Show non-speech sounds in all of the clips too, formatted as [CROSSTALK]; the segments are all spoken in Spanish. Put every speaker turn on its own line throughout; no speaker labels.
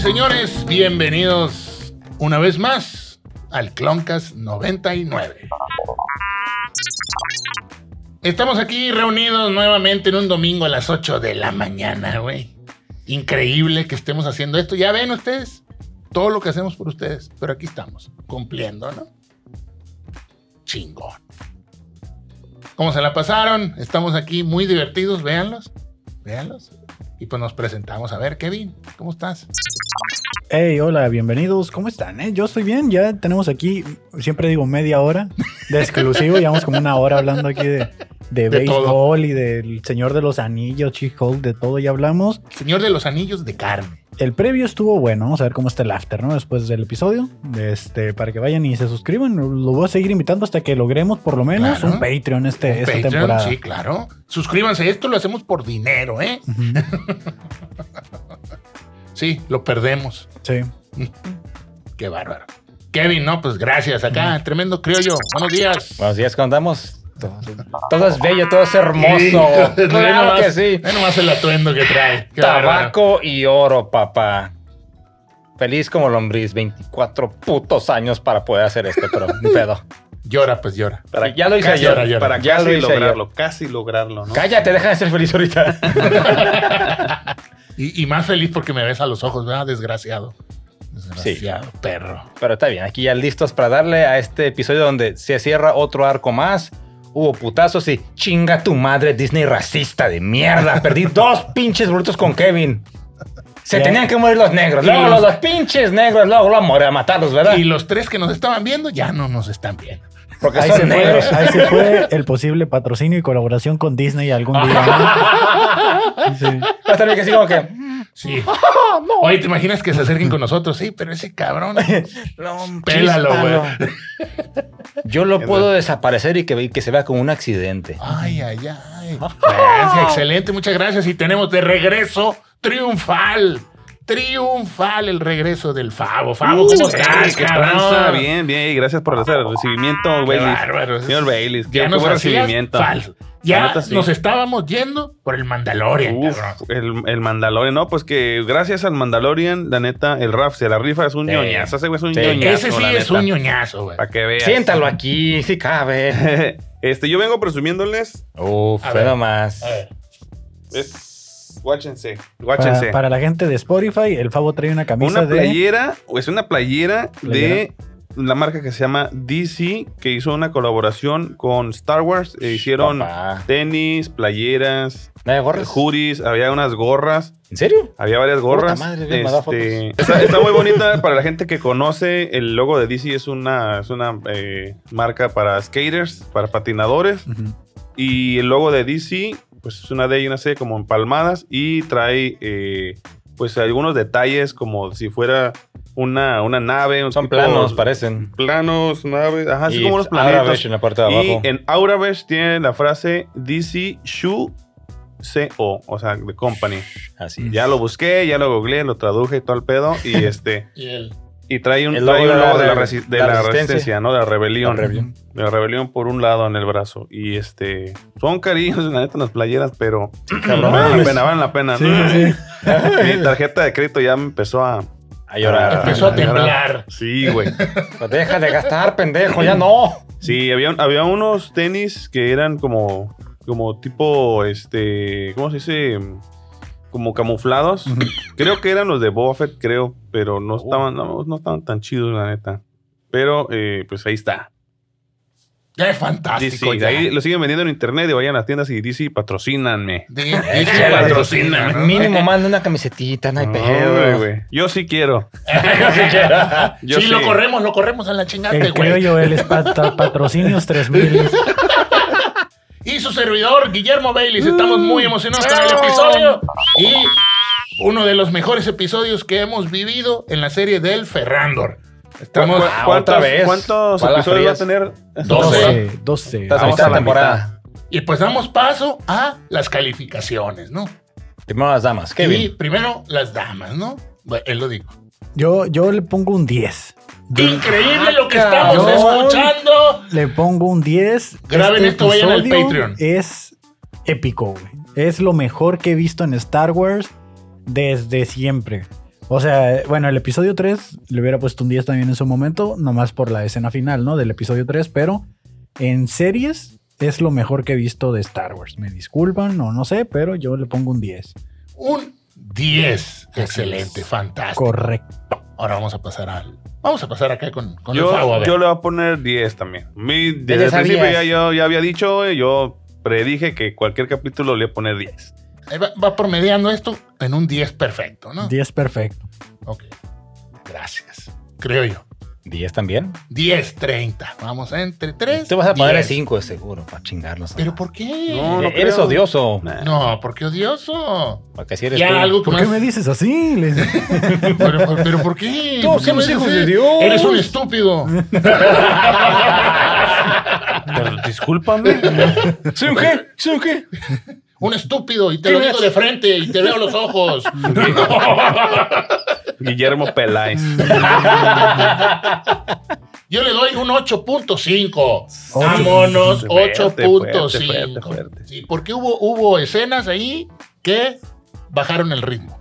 señores, bienvenidos una vez más al Cloncas 99. Estamos aquí reunidos nuevamente en un domingo a las 8 de la mañana, güey. Increíble que estemos haciendo esto. Ya ven ustedes todo lo que hacemos por ustedes, pero aquí estamos, cumpliendo, ¿no? Chingón. ¿Cómo se la pasaron? Estamos aquí muy divertidos, véanlos, véanlos. Y pues nos presentamos. A ver, Kevin, ¿cómo estás?
Hey, hola, bienvenidos. ¿Cómo están? eh? Yo estoy bien. Ya tenemos aquí, siempre digo media hora de exclusivo. Llevamos como una hora hablando aquí de, de,
De todo.
béisbol y del Señor de los Anillos, She-Hulk, de todo. Ya hablamos.
Señor de los Anillos de Carne.
El previo estuvo bueno. Vamos a ver cómo está el after, ¿no? Después del episodio. Este, para que vayan y se suscriban. Lo voy a seguir invitando hasta que logremos por lo menos
Claro.
un Patreon
Eh,
este, esta
Patreon,
temporada.
sí, claro. Suscríbanse, esto lo hacemos por dinero, ¿eh?
Ujú,
Sí, lo perdemos.
sí.
Qué bárbaro. Kevin, no, pues gracias. Acá,
Mm.
tremendo criollo. Buenos días.
Buenos días, ¿cómo andamos? Todo, todo es bello, todo es hermoso.
[LAUGHS] Ve
[LAUGHS] claro
nomás-
que sí.
ve nomás el atuendo que trae. Qué bárbaro.
Tabaco y oro, papá. Feliz como lombriz, 24 putos años para poder hacer esto, pero ni pedo.
Llora, pues llora.
Para- ya lo hice
casi
ayer.
ahora llora.
Para
Ya lo
casi
hice
lograrlo, casi lograrlo, ¿no?
Cállate, deja de ser feliz ahorita.
Y, y más feliz porque me ves a los ojos, ¿verdad? Desgraciado. Desgraciado, perro.
Pero está bien, aquí ya listos para darle a este episodio donde se cierra otro arco más. Hubo putazos y chinga tu madre Disney racista de mierda. Perdí dos pinches brutos con Kevin. Se
Ya.
tenían que morir los negros.
Y
Luego
los-
los, los pinches negros, luego los morir a matarlos, ¿verdad?
Y los tres que nos estaban viendo ya no nos están viendo.
Porque
Ahí se,
son
fue,
negros.
ahí se fue el posible patrocinio y colaboración con Disney algún
[LAUGHS]
día. ¿no? Sí.
Va a estar bien que así como que.
Sí. Oye, ¿te imaginas que se acerquen con nosotros? Sí, pero ese cabrón. [LAUGHS]
"No,
Pélalo,
chíspalo".
güey.
Yo lo puedo desaparecer y que, y que se vea como un accidente.
Ay, ay, ay. Gracias, excelente, muchas gracias. Y tenemos de regreso triunfal. Triunfal el regreso del Favo. Favo, ¿cómo
Ey,
estás,
¿qué
cabrón? Ah,
tranza? Bien, bien, y gracias por hacer el recibimiento,
Qué
Baileys.
bárbaro.
Señor Baileys, qué-
ya
qué
nos
buen
hacías
recibimiento.
falso.
La
Ya
neta, sí.
nos estábamos yendo por el Mandalorian,
Uf,
cabrón.
el, el Mandalorian, no, pues que gracias al Mandalorian, la neta, el Raf se la rifa, es un
Sí.
ñoñazo, ese güey es un
Sí.
ñoñazo.
Ese sí es un ñoñazo, güey.
Para que veas.
Siéntalo aquí, si cabe.
[LAUGHS] este, yo vengo presumiéndoles.
Uf,
A
fue
ver.
nomás.
A ver.
Es, guáchense,
Para,
guáchense.
para la gente de Spotify, el Favo trae una camisa
Una
de.
playera, o es una playera,
Playera.
de la marca que se llama DC, que hizo una colaboración con Star Wars. E hicieron
Papá.
tenis, playeras,
¿No hay gorras?
hoodies, había unas gorras,
¿Eh, ¿En serio?
había varias gorras.
madre, bien, me da
Este, está,
[LAUGHS]
está muy bonita para la gente que conoce. El logo de DC es una, es una eh, marca para skaters, para patinadores.
Ujú.
Y el logo de DC, pues es una D y una C como empalmadas y trae eh, pues algunos detalles como si fuera una, una nave. un
Son
tipo-
planos, parecen.
Planos, naves, ajá, así
Y
como unos
ahora
planetas.
ves en la parte de
Y
abajo.
en Auraverse tiene la frase DC Shu CO, o sea, de Company.
Así es.
Ya lo busqué, ya lo googleé, lo traduje y todo el pedo.
[LAUGHS]
Y este,
Y el-
y trae un
El
trae un
logo
logo,
de la
de, la,
re-
resi- de
la
la
resistencia.
resistencia. ¿no? De la rebelión.
La rebelión.
De la rebelión por un lado en el brazo. Y este, son cariños, [LAUGHS] la neta, las playeras, pero [CLEARS THROAT]
cabrón.
valen la pena, valen la pena.
Sí, sí, sí.
[LAUGHS] Mi tarjeta de crédito ya me empezó a.
A llorar.
Empezó a
Ay, ahora-
temblar.
Sí, güey.
Ah, Pues Deja de gastar, pendejo, ya no.
Sí, había, había unos tenis que eran como, como tipo, este, ¿cómo se dice? Como camuflados. creo que eran los de Boba Fett, creo, pero no estaban, no, no estaban tan chidos, la neta. Pero, eh, pues ahí está.
Qué fantástico.
DC,
ya.
ahí lo siguen vendiendo en internet y vayan a las tiendas y DC, patrocínanme.
[LAUGHS] Di- dice,
patrocina,
¿no?
Mínimo manda una camisetita, no hay
No,
pedo.
güey. Yo sí quiero. [LAUGHS] Yo
sí,
sí.
lo corremos, lo corremos a la chingate,
El
güey.
criollo, él es pat- patrocinios 3000.
Y su servidor, Guillermo Bailey. Estamos muy emocionados con el episodio. Y uno de los mejores episodios que hemos vivido en la serie del Ferrandor. Estamos
¿Cu-
Ah,
¿Cuántos,
otra vez.
cuántos
Balas
episodios va a
frías.
tener?
Doce.
12, 12.
Estás a
Vamos
mitad
a
de
la
temporada.
y pues damos paso a las calificaciones, ¿no?
Primero las damas.
Y
Kevin.
primero las damas, ¿no? Bueno, él lo dijo.
Yo, yo le pongo un 10.
Increíble lo que
cabrón.
estamos escuchando.
Le pongo un 10.
Graben esto, vayan al
episodio
Patreon.
Es épico, güey. Es lo mejor que he visto en Star Wars desde siempre. O sea, bueno, el episodio 3 le hubiera puesto un 10 también en su momento, nomás por la escena final, ¿no? Del episodio 3, pero en series es lo mejor que he visto de Star Wars. Me disculpan, no, no sé, pero yo le pongo un 10.
Un 10. Excelente, fantástico.
Correcto.
Ahora vamos a pasar al. Vamos a pasar acá con, con el Fabo, a
Yo,
ver.
yo le voy a poner 10 también. Mi- desde
Ya
el principio ya,
sabías.
yo, ya había dicho, yo predije que cualquier capítulo le iba a poner 10.
Ahí Va, va promediando esto en un 10 perfecto, ¿no?
10 perfecto.
Ok. Gracias. Creo yo.
10 también.
10, 30. Vamos entre 3.
Te vas a pagar el
5.
5 seguro, para chingarlos.
¿Pero por qué?
No, no
Eres
creo.
odioso.
Nah.
No, porque odioso.
Para que si eres
Ya
tú.
algo que
¿Por qué
más-
me dices así? Les-
[LAUGHS] Pero, pero- pero ¿por qué? Pues
Todos
¿Por qué
somos
me
hijos
dices?
de Dios.
Eres un estúpido.
Pero discúlpame.
¿Soy un qué? ¿Soy un qué?
Un estúpido. Y te lo digo de frente y te veo los
[LAUGHS]
ojos.
[LAUGHS] Guillermo Peláez.
Yo le doy un 8.5.
Ocho.
Vámonos,
Fuerte, fuerte,
8.5.
fuerte.
Sí, porque hubo, hubo escenas ahí que bajaron el ritmo.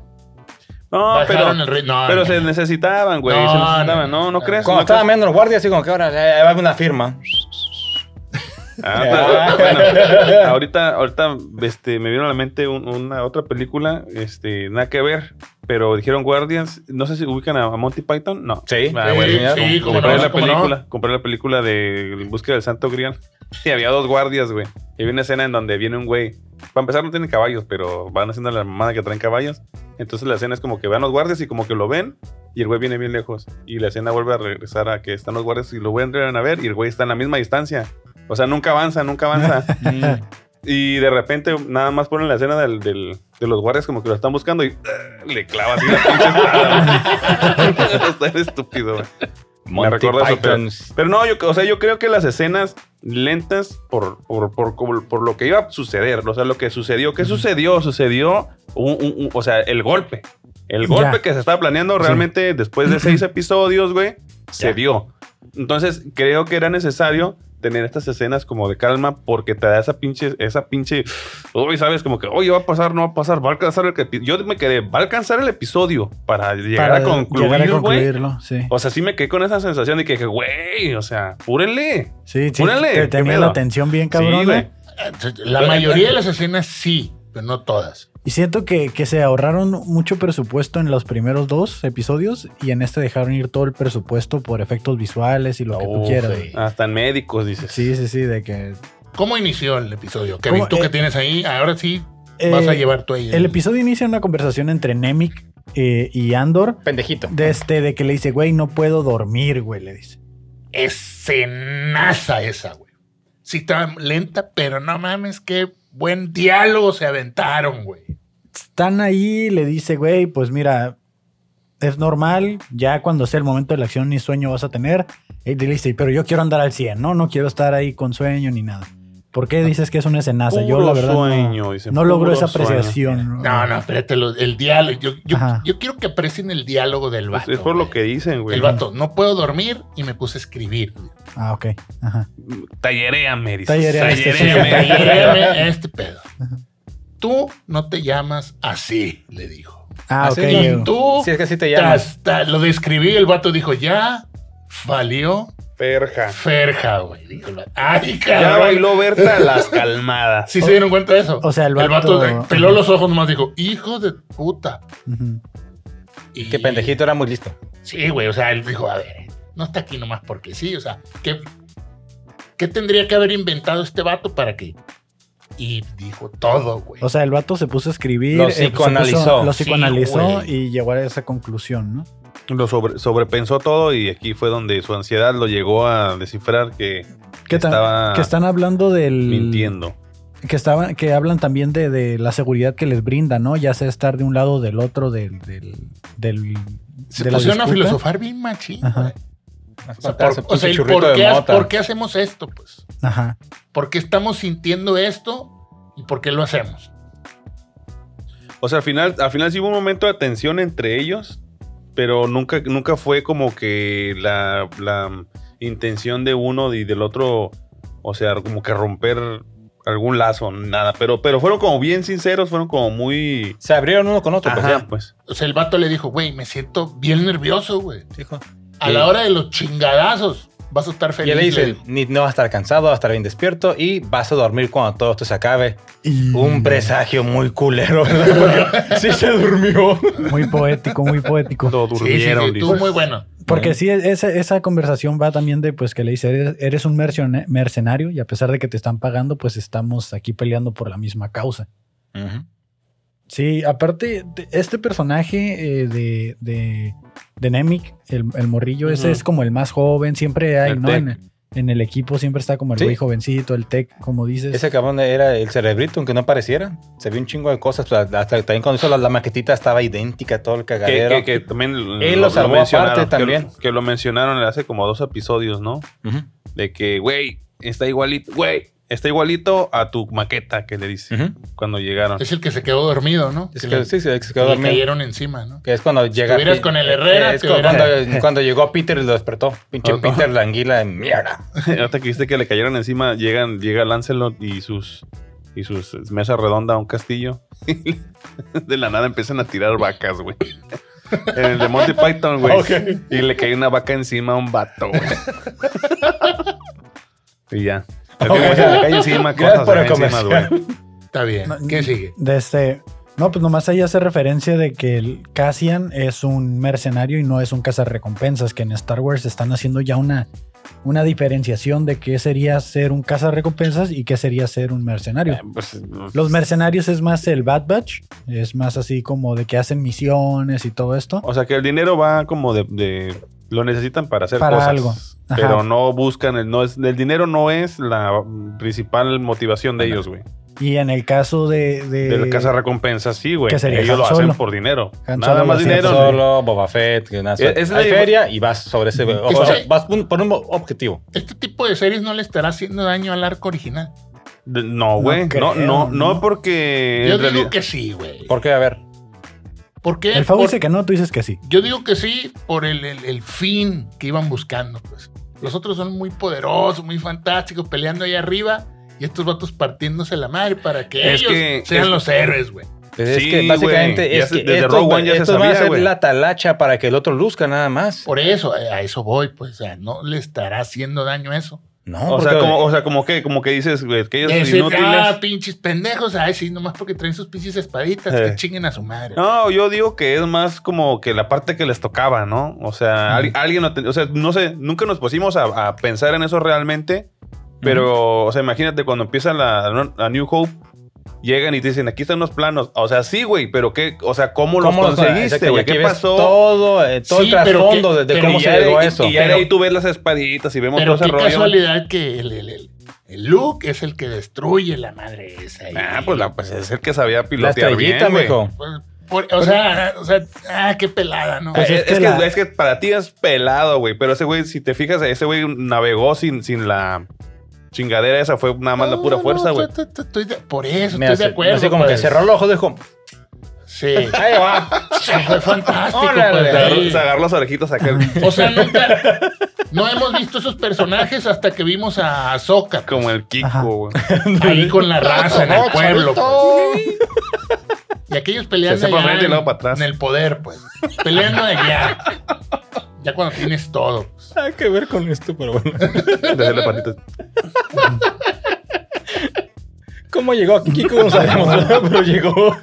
No, pero,
Bajaron el ritmo. No,
pero
no,
se
no.
necesitaban, güey.
No,
se
no,
necesitaban. No, no,
no.
crees.
Cuando
¿No
estaba
crees?
mirando los guardias, así como que ahora eh, va una firma.
Ah, [LAUGHS] pero- bueno, ahorita, ahorita este, me vino a la mente un- una otra película, este, nada que ver, pero dijeron Guardians, no sé si ubican a, a Monty Python, no.
Sí.
Ah,
Sí,
bueno,
sí, cómo
compré
no,
la
cómo no.
película, compré la película de En Búsqueda del Santo Grial. Y había dos guardias, güey. Y había una escena en donde viene un güey. Para empezar, no tienen caballos, pero van haciendo la mamada que traen caballos. Entonces la escena es como que van los guardias y como que lo ven. Y el güey viene bien lejos. Y la escena vuelve a regresar a que están los guardias y lo vuelven a ver. Y el güey está en la misma distancia. O sea, nunca avanza, nunca avanza. Y de repente nada más ponen la escena del, del- de los guardias como que lo están buscando y eh, le clava así la pinche
[LAUGHS]
espada. [LAUGHS] Está bien estúpido. güey.
Monty
recuerda eso,
Python.
Pero no, yo, o sea, yo creo que las escenas lentas por, por, por, por- por lo que iba a suceder, o sea, lo que sucedió, ¿qué sucedió? Sucedió, un- un- un- o sea, el golpe. El golpe
Ya.
que se estaba planeando realmente después de seis episodios, güey, se
Ya.
dio. Entonces, creo que era necesario tener estas escenas como de calma porque te da esa pinche, esa pinche, uy, sabes, como que, oye, va a pasar, no va a pasar, va a alcanzar el epi-". Yo me quedé, va a alcanzar el episodio para llegar a
para
concluir,
llegar a
güey.
concluirlo, sí.
O sea, sí me quedé con esa sensación de que, güey, o sea, apúrenle.
Sí, sí.
órale,
te-
qué
tenía
pedo.
la atención bien
Sí,
cabrona.
güey.
La mayoría de las escenas sí, pero no todas.
Y siento que, que se ahorraron mucho presupuesto en los primeros dos episodios y en este dejaron ir todo el presupuesto por efectos visuales y lo que tú
Uf,
quieras.
sí.
Hasta en médicos, dices.
Sí, sí, sí, de que...
¿Cómo inició el episodio? Kevin,
¿Cómo?
tú que
Eh,
tienes ahí, ahora sí vas a
Eh,
llevar tú ahí.
El episodio inicia en una conversación entre Nemik eh, y Andor.
Pendejito.
Desde de que le dice, güey, no puedo dormir, güey, le dice.
escenaza esa, güey. Sí, estaba lenta, pero no mames, qué buen diálogo se aventaron, güey.
Están ahí, le dice, güey, pues mira, es normal, ya cuando sea el momento de la acción ni sueño vas a tener. Y le dice, pero yo quiero andar al 100, ¿no? No quiero estar ahí con sueño ni nada. ¿Por qué dices que es una escenaza? Yo
Puro
la verdad no-
sueño, dice,
no, logro
puro
esa
sueño.
apreciación.
No, no, espérate, lo- el diálogo. Yo, yo,
Ajá.
yo quiero que aprecien el diálogo del
Pues, Es-
vato.
es por lo
güey.
que dicen, güey.
El vato, no puedo dormir y me puse a escribir.
Ah, ok. Ajá.
Talleréame, dice.
Talleréame, sí, sí.
Créeme este pedo. Tú no te llamas así, le dijo.
Ah, ok.
Así es.
Diego.
Tú,
Si es que así te llamas.
hasta lo describí, el vato dijo, ya valió
Perja.
Ferja, güey. Dijo el vato. Ay, cabrón.
Ya bailó Berta las calmadas.
Sí se dieron cuenta de eso.
O sea, el vato-
peló los ojos nomás, dijo, hijo de puta.
Ujú.
Y,
Que pendejito era muy listo.
Sí, güey, o sea, él dijo, a ver, no está aquí nomás porque sí, o sea, ¿qué, qué tendría que haber inventado este vato para que...? Y dijo todo, güey.
O sea, el vato se puso a escribir.
Lo
eh, se puso-
psicoanalizó.
lo
Sí,
psicoanalizó
güey.
y llegó a esa conclusión, ¿no?
Lo sobre- sobrepensó todo y aquí fue donde su ansiedad lo llegó a descifrar que
Que, tam-
estaba
que están hablando del.
mintiendo.
Que, estaban, que hablan también de, de la seguridad que les brinda, ¿no? Ya sea estar de un lado o del otro, del. del, del
se
de la
pusieron a
disputa.
filosofar bien machín,
Ajá.
güey.
O
O sea, por, o sea, ¿y por qué, ha- por qué hacemos esto? Pues,
Ajá.
¿por qué estamos sintiendo esto y por qué lo hacemos?
O sea, al final, al final sí hubo un momento de tensión entre ellos, pero nunca, nunca fue como que la, la intención de uno y del otro, o sea, como que romper algún lazo, nada. Pero, pero fueron como bien sinceros, fueron como muy.
Se abrieron uno con otro. pues,
Ajá,
ya.
pues.
O sea, el vato le dijo, güey, me siento bien nervioso, güey.
Dijo.
A la hora de los chingadazos, vas a estar
Y
feliz.
él le
le
dice,
digo.
"Ni- no vas a estar cansado, vas a estar bien despierto y vas a dormir cuando todo esto se acabe.
Y-
Mm.
Un presagio muy culero, [LAUGHS] ¿verdad? Porque sí se durmió.
Muy poético, muy
[LAUGHS]
poético.
Lo
Sí, sí, sí,
durmieron.
estuvo
dice.
muy bueno.
Porque sí, esa, esa conversación va también de pues que le dice, eres, eres un mercione- mercenario y a pesar de que te están pagando, pues estamos aquí peleando por la misma causa. Sí, aparte, de- este personaje eh, de, de, de Nemec, el, el morrillo ese
Ujú.
es como el más joven, siempre hay,
El
¿no?
tech.
En, en el equipo siempre está como el
Sí.
güey jovencito, el tech, como dices.
Ese cabrón era el cerebrito, aunque no pareciera. Se vio un chingo de cosas. pues, Hasta también cuando hizo la, la maquetita estaba idéntica, todo el
Que,
cagadero.
que, que también
Él lo salvó aparte
que lo-
también.
Que, lo mencionaron hace como dos episodios, ¿no?
Ujú,
De que, güey, está igualito, güey, está igualito a tu maqueta que le dice
ujú.
cuando llegaron.
Es el que se quedó dormido, ¿no?
Es
Que
que,
le-
sí, se- se
que
quedó
le
dormido.
cayeron encima, ¿no?
Que es cuando llega.
estuvieras
Pi-
con el Herrera,
Es
te
como
hubiera-
cuando, cuando llegó Peter y lo despertó. Pinche
Ajá.
Peter la anguila de mierda.
[LAUGHS] Hasta que viste que le cayeron encima, llegan, llega Lancelot y sus y sus mesa redonda a un castillo. [LAUGHS] de la nada empiezan a tirar vacas, güey. En el de Monty Python, güey.
Ok.
Y le cae una vaca encima a un vato, güey. y ya. Es que, güey, se le cae encima
Gracias
cosas
por el
acá encima,
comercial.
güey.
Está bien.
No,
¿Qué sigue?
De este. No, pues nomás ahí hace referencia de que el Cassian es un mercenario y no es un cazarrecompensas, que en Star Wars están haciendo ya una, una diferenciación de qué sería ser un cazarrecompensas y qué sería ser un mercenario.
Pues,
Los mercenarios es más el Bad Batch, es más así como de que hacen misiones y todo esto.
O sea que el dinero va como de, de- lo necesitan para hacer
Para
cosas.
algo. Ajá.
Pero no buscan el no es el dinero no es la principal motivación de
Ajá.
ellos, güey.
Y en el caso de... de-
De la casa recompensa sí, güey.
que Eh, sería
Ellos
Han
lo hacen
Solo.
por dinero.
Han
Nada
Solo
más
lo hacía
dinero.
por dinero.
güey.
Solo Boba Fett, que nada.
Es- es la
hay
idea-
feria y vas sobre ese. O,
Es-
o sea,
sí.
vas por un, por un objetivo.
Este tipo de series no le estará haciendo daño al arco original.
De- No, güey. No,
creo,
no, no,
¿no?
porque
Yo
en
digo
realidad-
que sí, güey. ¿Por,
Porque, a ver,
qué?
El Fabo
Por-
dice que no, tú dices que sí.
Yo digo que sí por el, el- el fin que iban buscando. Pues. Los otros son muy poderosos, muy fantásticos, peleando ahí arriba y estos vatos partiéndose la madre para que
Es
ellos
que-
sean
es-
los héroes, güey.
pues es
Sí,
que básicamente
güey.
es
Ya se-
que
desde
estos,
Rogue One ya se
estos van a
sabía,
hacer
güey.
la talacha para que el otro luzca nada más.
Por eso, a a eso voy, pues. O sea, no le estará haciendo daño eso.
No,
o sea,
porque-
como, o sea, como que, como que dices, güey, que ellos
Ese,
inútiles.
ah, pinches pendejos. Ay, sí, nomás porque traen sus pinches espaditas.
Eh.
Que chinguen a su madre.
No, yo digo que es más como que la parte que les tocaba, ¿no? O sea, al- alguien, lo ten- o sea, no sé, nunca nos pusimos a, a pensar en eso realmente, pero, o sea, imagínate cuando empieza la, la New Hope, llegan y te dicen, aquí están los planos. O sea, sí, güey, pero qué, o sea, ¿cómo,
¿Cómo
los
lo-
conseguiste,
exacto,
güey?
aquí
¿Qué
ves
pasó?
Todo, eh, todo
Sí,
el
pero
trasfondo
que-
de, de
pero
cómo
Y
se
ya de-
llegó a
y-
eso.
Y ya de
pero-
ahí tú ves las espaditas y vemos
Pero
todo
qué
ese rollo.
casualidad que el, el, el- el Luke es el que destruye la madre esa. y-
Ah, pues, la- pues es el que sabía
la
pilotear bien,
estrellita,
güey.
mijo.
Por- Pues, por- o, sea, o sea, ah, qué pelada, ¿no?
Pues
Eh,
es
es,
que
que
la-
es que para ti es pelado, güey. Pero ese güey, si te fijas, ese güey navegó sin, sin la chingadera esa. Fue nada más la pura
No,
fuerza,
no,
güey.
estoy- estoy- estoy de- por eso,
Me
estoy
hace-
de acuerdo.
me hace como que
pues.
cerró los ojos, dijo.
Sí,
Ahí
[LAUGHS]
va.
sí, fue fantástico.
Órale.
pues,
Se
de
agarró,
ahí.
se agarró las orejitas acá.
O sea, nunca. No hemos visto esos personajes hasta que vimos a Ahsoka pues,
[LAUGHS] como el Kiko,
Ajá.
güey.
ahí con la raza en el pueblo. pues. Y aquellos peleando
Se sepa
allá
frente y
en,
luego para atrás.
en el poder, pues. Peleando allá. Ya cuando tienes todo. pues.
Hay que ver con esto, pero bueno.
De hacerle patitas.
¿Cómo llegó aquí? Kiko? [LAUGHS] No sabemos, pero llegó.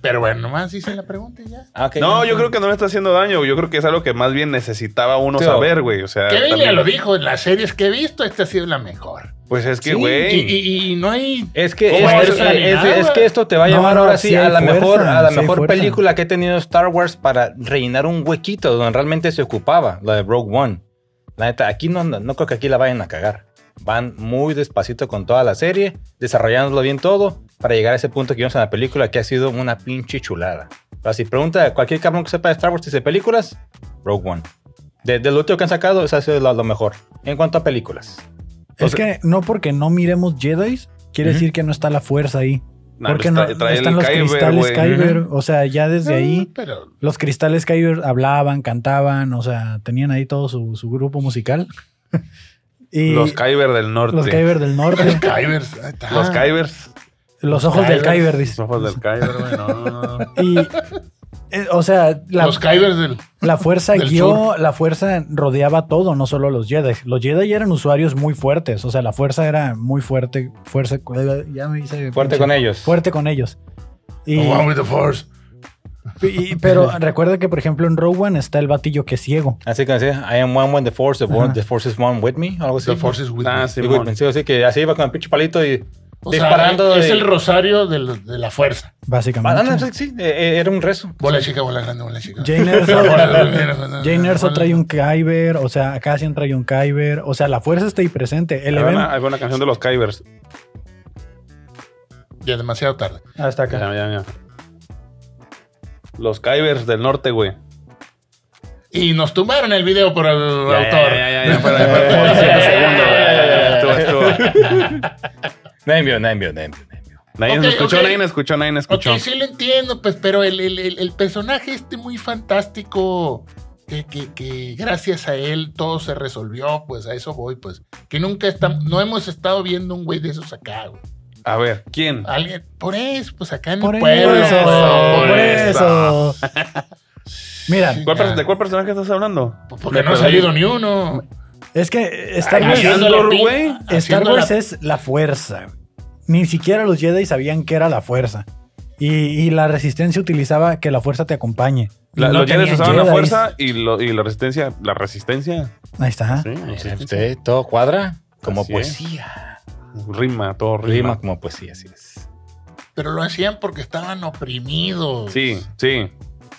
Pero bueno, nomás hice la pregunta y ya.
No, yo creo que no le está haciendo daño. Yo creo que es algo que más bien necesitaba uno
Sí,
saber, güey. O sea,
Kevin ya
también-
lo dijo, en las series que he visto, esta ha sido la mejor.
pues es que,
Sí,
Y,
güey.
y- y no hay.
Es que,
¿Cómo
es,
es la
es-
nada?
es que esto te va a
No,
llevar
no,
ahora
sí
sí a
hay
la
fuerza,
mejor, a la
sí hay
mejor
fuerza.
película que ha tenido Star Wars para rellenar un huequito donde realmente se ocupaba, la de Rogue One. La neta, aquí no, no creo que aquí la vayan a cagar. Van muy despacito con toda la serie, desarrollándolo bien todo para llegar a ese punto que vimos en la película que ha sido una pinche chulada. Pero si pregunta a cualquier cabrón que sepa de Star Wars y de películas, Rogue One. Desde lo último que han sacado, esa ha sido lo, lo mejor. En cuanto a películas.
Es que no porque no miremos Jedi, quiere
Ujú.
decir que no está la fuerza ahí.
Nah,
porque
pues
no,
trae- trae
no
el
están los
Kyber,
cristales
güey.
Kyber. O sea, ya
Ah.
desde ahí
Pero
los cristales Kyber hablaban, cantaban, o sea, tenían ahí todo su, su grupo musical. [LAUGHS] Y
los Kyber del norte.
los Kyber del
[LAUGHS]
norte.
Kybers. ahí está.
Los Kybers.
los ojos del Kyber, dice.
Los ojos del Kyber, güey. No, no, no.
Y, eh, o sea, la,
Los Kybers del.
la fuerza
del
guió, la fuerza rodeaba todo, no solo a los Jedi. Los Jedi eran usuarios muy fuertes. O sea, la fuerza era muy fuerte. Fuerza, ya me hice-
Fuerte con ellos.
Fuerte con ellos. Y,
The One with the Force.
y- pero recuerda que, por ejemplo, en Rogue One está el batillo que es ciego.
Así que decía, I am one with the force, the, one-
Ajá.
the force is one with me, algo así.
The Force is with
Ah,
us.
Sí,
Simón.
güey, sí, así que así iba con el pinche palito y
O sea,
disparando.
es
de-
el rosario del- de la fuerza.
Ah,
Básicamente.
no, sí, sí, eh, eh, era un rezo.
Bola chica, bola grande, bola chica. [LAUGHS]
Jane Erso,
Bola-
Jane Erso trae un Kyber, o sea, Cassian trae un Kyber, o sea, la fuerza está ahí presente. El
Hay
evento
una, hay una canción de los Kybers.
Ya demasiado tarde.
hasta
Mira, mira, mira. Los Kybers del norte, güey.
Y nos tumbaron el video por el autor.
Ya, ya, ya, ya, para- para- para- para- para- segundo, güey. Ya, ya, ya, estuvo, estuvo.
Nadie vio, nadie vio, nadie vio, nadie vio.
Nadie nos
Ok,
escuchó,
ok.
nadie nos escuchó, nadie nos
Ok,
escuchó.
sí lo entiendo, pues, pero el, el- el- el personaje este muy fantástico, que, que- que gracias a él todo se resolvió, pues a eso voy, pues. Que nunca estamos, no hemos estado viendo un güey de esos acá, güey.
A ver, ¿quién?
Alguien, por eso, pues acá en
Por
el
eso,
pueblo. pues,
por
por
[LAUGHS]
eso. Mira,
Sí.
¿Cuál per- ¿De cuál personaje estás hablando?
eso. Pues, Porque
Pues,
no ha salido ni uno.
es que Star
Ay,
Wars,
haciendo
Andor,
la pi-
güey.
haciendo
Star Wars
la-
es la fuerza. Ni siquiera los Jedi sabían que era la fuerza. Y, y la resistencia utilizaba que la fuerza te acompañe.
La-
No
los Jedi
tenían
usaban la
Jedis.
fuerza y, lo- y la resistencia. La resistencia.
Ahí está.
Sí,
Mira,
sí, sí.
usted, todo cuadra como
Así es.
poesía.
Rima, todo
Rima
rima.
como poesía, así es.
Pero lo hacían porque estaban oprimidos.
Sí, sí.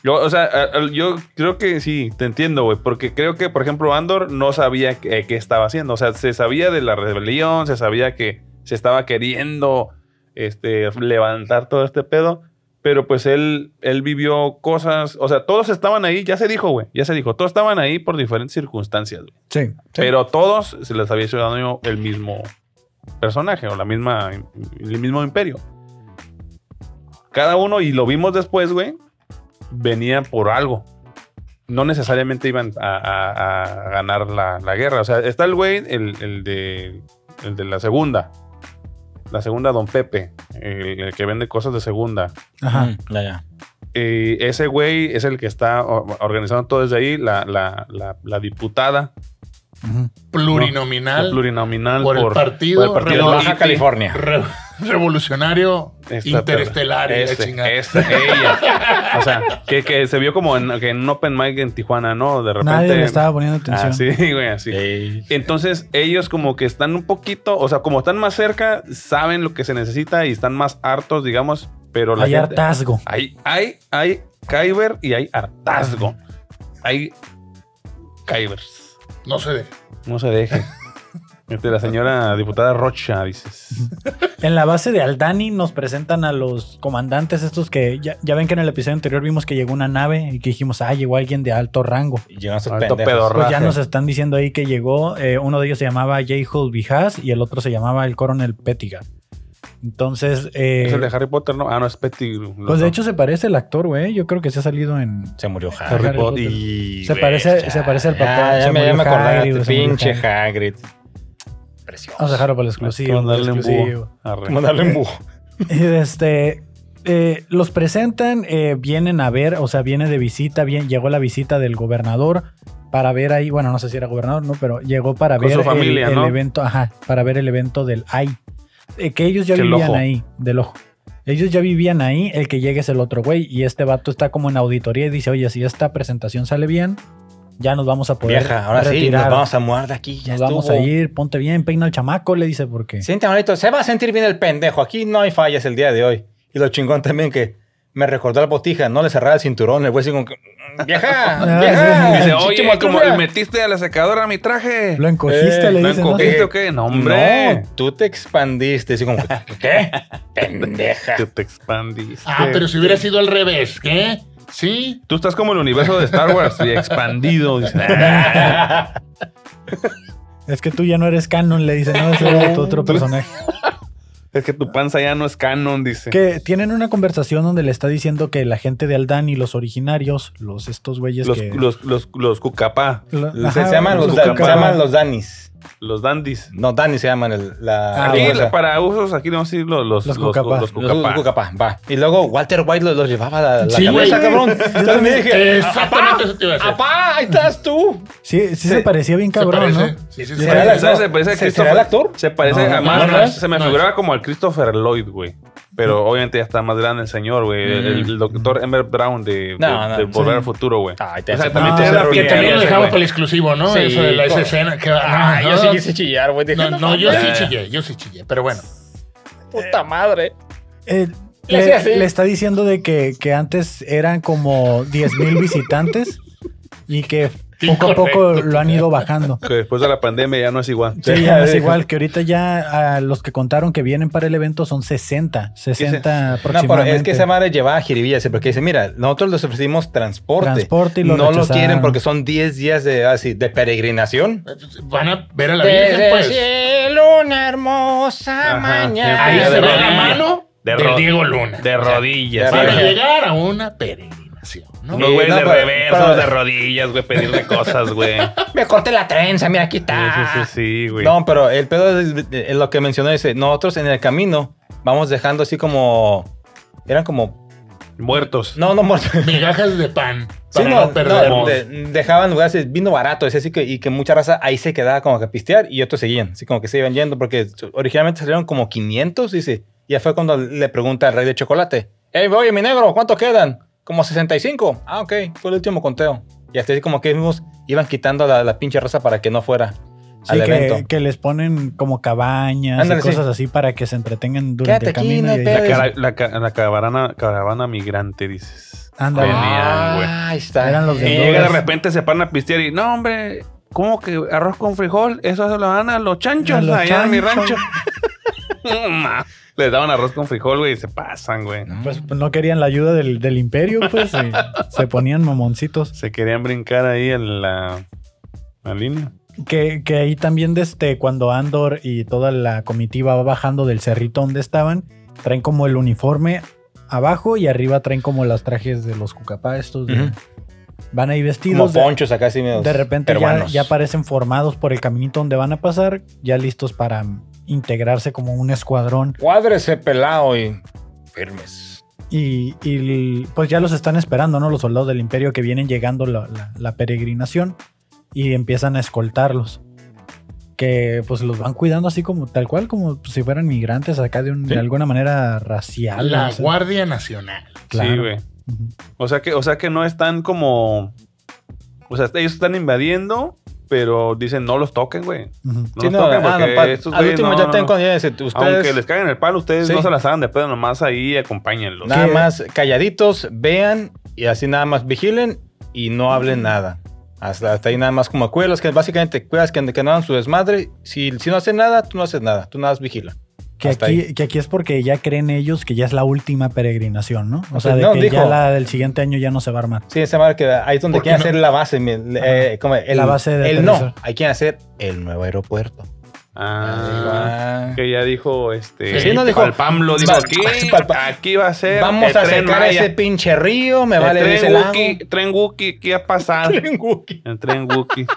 Yo, o sea, a- a- yo creo que sí, te entiendo, güey. Porque creo que, por ejemplo, Andor no sabía que- eh, qué estaba haciendo. O sea, se sabía de la rebelión, se sabía que se estaba queriendo este, levantar todo este pedo. Pero pues él, él vivió cosas. O sea, todos estaban ahí, ya se dijo, güey. Ya se dijo. Todos estaban ahí por diferentes circunstancias, güey.
Sí.
Pero todos se les había hecho daño el mismo personaje o la misma, el mismo imperio. Cada uno, y lo vimos después, güey, venía por algo. No necesariamente iban a, a- a ganar la, la guerra. O sea, está el güey, el, el de, el de la segunda. La segunda, Don Pepe, el- el que vende cosas de segunda.
Ajá.
Mm, Ya, ya.
Eh, ese güey es el que está o- organizando todo desde ahí, la, la- la- la diputada
Ujú.
la
Plurinominal.
plurinominal
por el partido
por el
De
Pero
Baja
Y-
California.
re- revolucionario
Esta
interestelar. y la
Este,
chingada.
este, ella. O sea, que, que se vio como en, que en un open mic en Tijuana, ¿no? De repente.
Nadie le estaba poniendo atención.
Así, [LAUGHS] güey, así.
Ey.
Entonces, ellos como que están un poquito, o sea, como están más cerca, saben lo que se necesita y están más hartos, digamos, pero la
Hay
gente-
hartazgo.
Hay, hay, hay Kyber y hay hartazgo. Hay Kybers.
No se deja.
No
[LAUGHS]
se deje. Este, la señora diputada Rocha, dices.
En la base de Aldani nos presentan a los comandantes estos que ya, ya ven que en el episodio anterior vimos que llegó una nave y que dijimos, ah, llegó alguien de alto rango.
Y llegan esos
Alto
pendejos.
pedorro.
Pues ya
Raje.
nos están diciendo ahí que llegó, eh, uno de ellos se llamaba J. Holby Haas y el otro se llamaba el coronel Pettigar. Entonces, eh,
Es el de Harry Potter, ¿no? Ah, no, es Pettigrew.
pues de hecho se parece el actor, güey. Yo creo que se ha salido en...
Se murió Hagrid.
Harry
Harry Potter.
Potter.
Y,
Se
güey,
parece-
ya,
se parece al
ya,
papá,
Ya,
se
me, ya
murió
me acordaste,
Hagrid, güey, se murió
pinche
Hagrid.
Hagrid. Precioso.
Vamos a dejarlo para el
Hay que
exclusivo. para el
mandarle un
exclusivo.
búho. Arre.
Como darle un bujo.
Y, [LAUGHS] Este, eh, los presentan, eh, vienen a ver, o sea, viene de visita, bien, llegó la visita del gobernador para ver ahí, bueno, no sé si era gobernador, ¿no? Pero llegó para
Con
ver
su familia,
el, el
¿no?
evento, ajá, para ver el evento del AI, eh, que ellos ya
Que el
vivían
ojo.
ahí, del ojo. Ellos ya vivían ahí, el que llegue es el otro güey, y este vato está como en auditoría y dice, oye, si esta presentación sale bien, ya nos vamos a poder
Vieja, ahora sí,
retirar.
nos vamos a mudar de aquí. Ya
Nos vamos a
estuvo.
ir, ponte bien, peina al chamaco, le dice, porque...
Siente bonito, se va a sentir bien el pendejo. Aquí no hay fallas el día de hoy. Y lo chingón también que me recordó la botija, no le cerraba el cinturón, el güey así como que. "Mm, ¡Vieja!
Ah,
¡Vieja!
[LAUGHS]
[LAUGHS] Dice,
chichi
oye,
maltrufia".
como le metiste a la secadora a mi traje.
Lo encogiste,
Eh,
le
¿Lo
dice. ¿no?
encogiste o qué? No, hombre.
No, tú te expandiste. Así como, ¿qué? Pendeja.
Tú te expandiste.
Ah, pero si hubiera sido al revés, ¿qué? Sí.
Tú estás como el universo de Star Wars y
[LAUGHS]
expandido. dice.
Es que tú ya no eres canon, le dice, no, ese era tu otro personaje.
es que tu panza ya no es canon, dice.
Que tienen una conversación donde le está diciendo que la gente de Aldani, los originarios, los estos güeyes
Los,
que...
los, los, los cucapá.
la-
Se
ajá,
llaman los, Dan- se
Cucapá.
llaman los Danis.
Los dandies.
No, Danny se llaman el, la.
Ah,
la
Aquí,
bueno.
cosa.
para usos, aquí vamos a decir los, los,
Los cucapá.
Los Cucapá, va. Y luego Walter White los, los llevaba la, la
Sí,
cabeza,
güey.
cabrón. Entonces me dije,
Exactamente eso te iba a decir.
¡Apá! ¡Ahí estás tú!
Sí, sí, se parecía bien
Se
cabrón,
parece.
¿no?
Sí, sí,
Sí.
sí.
¿Será el
¿Sabes?
actor?
Se parece a
¿Se-
Christopher-
¿Será el actor?
Se parece
No,
a
no,
más-
no es,
se me
no
figuraba como al Christopher Lloyd, güey. Pero obviamente ya está más grande el señor, güey. El, el doctor Ember Brown de,
No,
de-
no,
de
sí.
Volver al Futuro, güey.
Ay, te
O sea,
hace-
también
No,
te
que
hace
también
ruinear
lo
ese,
dejamos
güey.
para el exclusivo, ¿no?
Sí,
Eso de la, esa
¿cómo?
escena. Que,
Ah,
no,
yo sí
no,
quise chillar, güey. Dije,
No, no, yo sí
mames,
chillé, yo sí chillé, pero bueno.
Puta madre.
Eh,
Le hacía
le,
así.
le está diciendo de que, que antes eran como 10.000 visitantes y que poco a poco
Incorrecto.
lo han ido bajando.
[LAUGHS]
Que después de la pandemia ya no es igual.
Sí,
Sí,
ya no es
sí.
igual que ahorita ya a los que contaron que vienen para el evento son 60, 60
No, pero
aproximadamente.
es que esa madre llevaba a jiribilla, sí, porque dice, mira, nosotros les ofrecimos transporte.
Transporte y lo
No lo
rechazaron.
quieren porque son 10 días de, así, de peregrinación.
Van a ver a la Virgen, pues.
cielo una hermosa
Ajá,
Ahí
de
se ve la
rodillas.
mano
De
del
ro-
Diego Luna.
De
O sea,
rodillas,
Van a
güey.
llegar a una peregrinación, ¿no?
Unos güeyes
no,
de
pero-
reversa,
pero-
de rodillas, güey, pedirle cosas, güey.
Me corté la trenza, mira, aquí está.
Sí, sí, sí, sí, güey.
No, pero el pedo es es lo que mencionó, dice, nosotros en el camino vamos dejando así como... Eran como...
Muertos.
No, no muertos.
Migajas de pan
Sí,
para
no,
no perdernos.
no, de- dejaban lugares así, vino barato, es así que, y que mucha raza ahí se quedaba como que a pistear y otros seguían, así como que se iban yendo, porque originalmente salieron como 500, dice. Y ya fue cuando le pregunta al rey de chocolate, hey, oye, mi negro, ¿cuántos quedan? Como 65. Ah, ok, fue el último conteo. Y hasta así como que mismos iban quitando la, la pinche raza para que no fuera
Sí,
al
que,
evento.
que les ponen como cabañas
Ándale,
y
sí.
cosas así para que se entretengan durante
Quédate
el
aquí,
camino.
no
y ahí-
te-
La, cara- la ca- la caravana, caravana migrante, dices.
Ándale.
Venían, güey.
Ah, ahí está.
Eran los de
Y
Honduras.
llega de repente, se paran a pistear y, no, hombre, ¿cómo que arroz con frijol? Eso se lo dan a los chanchos
A los
allá en mi
chanchos.
rancho. [LAUGHS] Ma, Les daban arroz con frijol, güey, y se pasan, güey.
Pues no querían la ayuda del, del imperio, pues
[LAUGHS]
y se ponían mamoncitos.
Se querían brincar ahí en la, la línea.
Que, que ahí también desde cuando Andor y toda la comitiva va bajando del cerrito donde estaban, traen como el uniforme abajo y arriba traen como los trajes de los cucapá estos. de-
Ujú.
Van ahí
Como
vestidos. de-
ponchos acá, así medio
De repente ya,
peruanos.
ya aparecen formados por el caminito donde van a pasar, ya listos para integrarse como un escuadrón.
Cuádrese pelado y firmes.
Y, y pues ya los están esperando, ¿no? Los soldados del imperio que vienen llegando la, la- la peregrinación y empiezan a escoltarlos. Que pues los van cuidando así como tal cual, como si fueran migrantes acá de, un- de alguna manera racial.
La
no sé.
Guardia Nacional.
Claro.
Sí, güey.
Ujú.
O sea que, o sea que no están como. O sea, ellos están invadiendo, pero dicen no los toquen, güey.
Ujú.
No
Sí,
los
no,
toquen
ah,
porque
no, pa-
estos
al
güeyes
último
no,
ya
no,
te
no.
ustedes,
Aunque
ustedes
les caguen el palo, ustedes
Sí.
no se las hagan de pedo, nomás ahí acompáñenlos.
nada
que-
más calladitos, vean y así nada más vigilen y no hablen nada. Hasta, hasta ahí nada más como cuidas que básicamente cuidas que, que no hagan su desmadre. Si, si no hacen nada, tú no haces nada, tú nada más vigila.
Que
Hasta
aquí, que aquí es porque ya creen ellos que ya es la última peregrinación, ¿no? O sea, de
No,
que
dijo-
ya la del siguiente año ya no se va a armar.
Sí, esa madre que ahí es donde
¿Por qué
quieren
no?
hacer la base. mi- eh, como el,
La base de
El no,
aterrizar.
hay que hacer el nuevo aeropuerto.
Ah, que ya dijo este.
Sí, no dijo-
Al Pamlo dijo
Pal-
aquí,
pal- pal-
aquí va a ser.
Vamos
el
a
tren
secar
Maya.
ese pinche río, me vale
el
dice
tren
el lago.
Wookiee, tren Wookiee, ¿qué ha pasado? El tren
[LAUGHS]
Wookiee.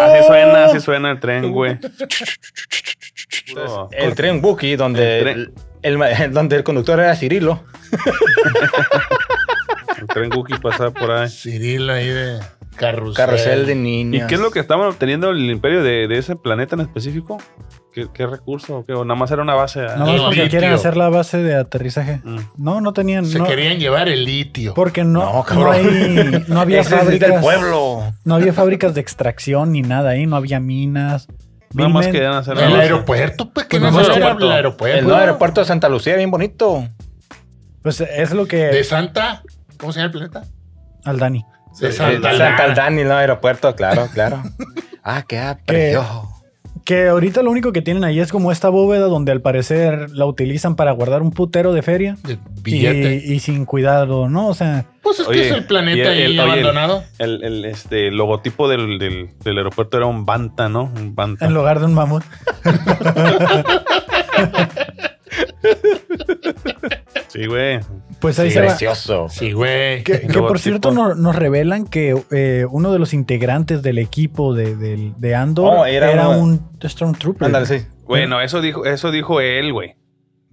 así suena, así suena el tren, güey. Puro-
El tren Buki, donde
El
Oh. el,
tren.
el ma- [LAUGHS] donde el conductor era Cirilo.
el tren Wookiee pasa por ahí.
Cirilo ahí de carrusel.
Carrusel de
¿Y
niños.
qué es lo que estaban obteniendo el imperio de, de ese planeta en específico? ¿Qué, qué recurso? ¿O qué? ¿O nada más era una base? Ah,
No
El
más porque quieren
litio.
hacer la base de aterrizaje.
Mm.
No, no tenían.
Se
no,
querían llevar el litio.
Porque no,
No,
no,
cabrón.
hay- no había
[LAUGHS] Ese es
fábricas.
del pueblo.
No había fábricas de extracción ni nada ahí, no había minas.
Nada más
Vilmen-
querían hacer
El
una base.
aeropuerto, pues, que no
Pues nomás
se
el
era
aeropuerto.
el aeropuerto.
El nuevo aeropuerto de Santa Lucía, bien bonito.
Pues es lo
De
que.
Santa. ¿Cómo se llama el planeta?
Al Dani.
De
Santa,
Santa.
Eh, Santa Aldani, el nuevo aeropuerto, claro, [LAUGHS] claro. ah, qué apretó.
Que ahorita lo único que tienen ahí es como esta bóveda donde al parecer la utilizan para guardar un putero de feria.
de
Y,
billete.
y sin cuidado, ¿no? O sea,
Pues es
Oye,
que es el planeta
y el-
ahí
el- oye, el-
abandonado.
El, el, este, logotipo del, del, del aeropuerto era un banta, ¿no? Un banta.
en lugar de un mamut.
Sí, güey.
Pues ahí
Sí,
se va.
precioso.
Sí, güey. [LAUGHS]
Que, que
Luego,
por cierto
tipo-
no- nos revelan que eh, uno de los integrantes del equipo de, del- de Andor
Oh,
era,
era
un Stormtrooper.
Ándale, sí.
Bueno, eso dijo, eso dijo él, güey.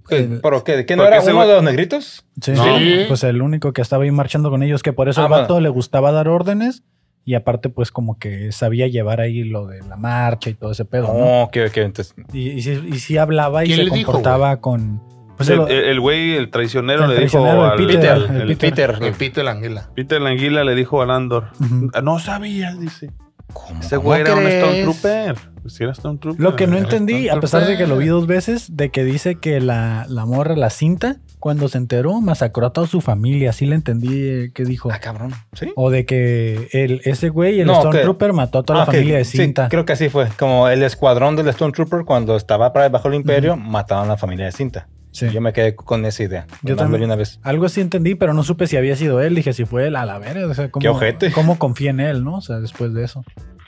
El-
¿Pero qué? ¿Qué no
¿Por qué
era
ese
uno
güey-
de los negritos?
Sí,
No.
sí, Pues el único que estaba ahí marchando con ellos, que por eso
Ah,
al vato
bueno.
le gustaba dar órdenes y aparte pues como que sabía llevar ahí lo de la marcha y todo ese pedo, ¿no?
No, ok, ok. Entonces,
Y, y sí, y sí hablaba y
¿Quién
se
le dijo,
comportaba con... Pues
Eh,
el,
lo-
el- el güey, el traicionero,
El
le dijo
traicionero, el
al
Peter,
al-
el
el
Peter.
Peter.
El pito de la anguila.
Peter Languila le dijo al Andor.
Ujú.
"Ah, No sabías, dice.
¿cómo-
Ese güey
cómo
era un
crees?
Stormtrooper. Si era Stormtrooper.
Lo que no
Era
entendí, a
Stormtrooper.
pesar de que
eh.
lo vi dos veces, de que dice que la, la morra, la cinta, cuando se enteró, masacró a toda su familia. Así le entendí eh, que dijo.
Ah, cabrón. ¿Sí?
O de que el, ese güey, el
No, que-
Stormtrooper, mató a toda la
Ah, ok,
familia de
sí,
cinta.
creo que así fue. Como el escuadrón del Stormtrooper cuando estaba para bajo el imperio, mataron a la familia de cinta.
Sí.
Yo me quedé con esa idea.
Yo
Yo también.
también.
una vez.
Algo así entendí, pero no supe si había sido él. Dije, si fue él, a la verga. O sea, ¿cómo,
Qué ojete.
¿Cómo confía en él, no? O sea, después de eso.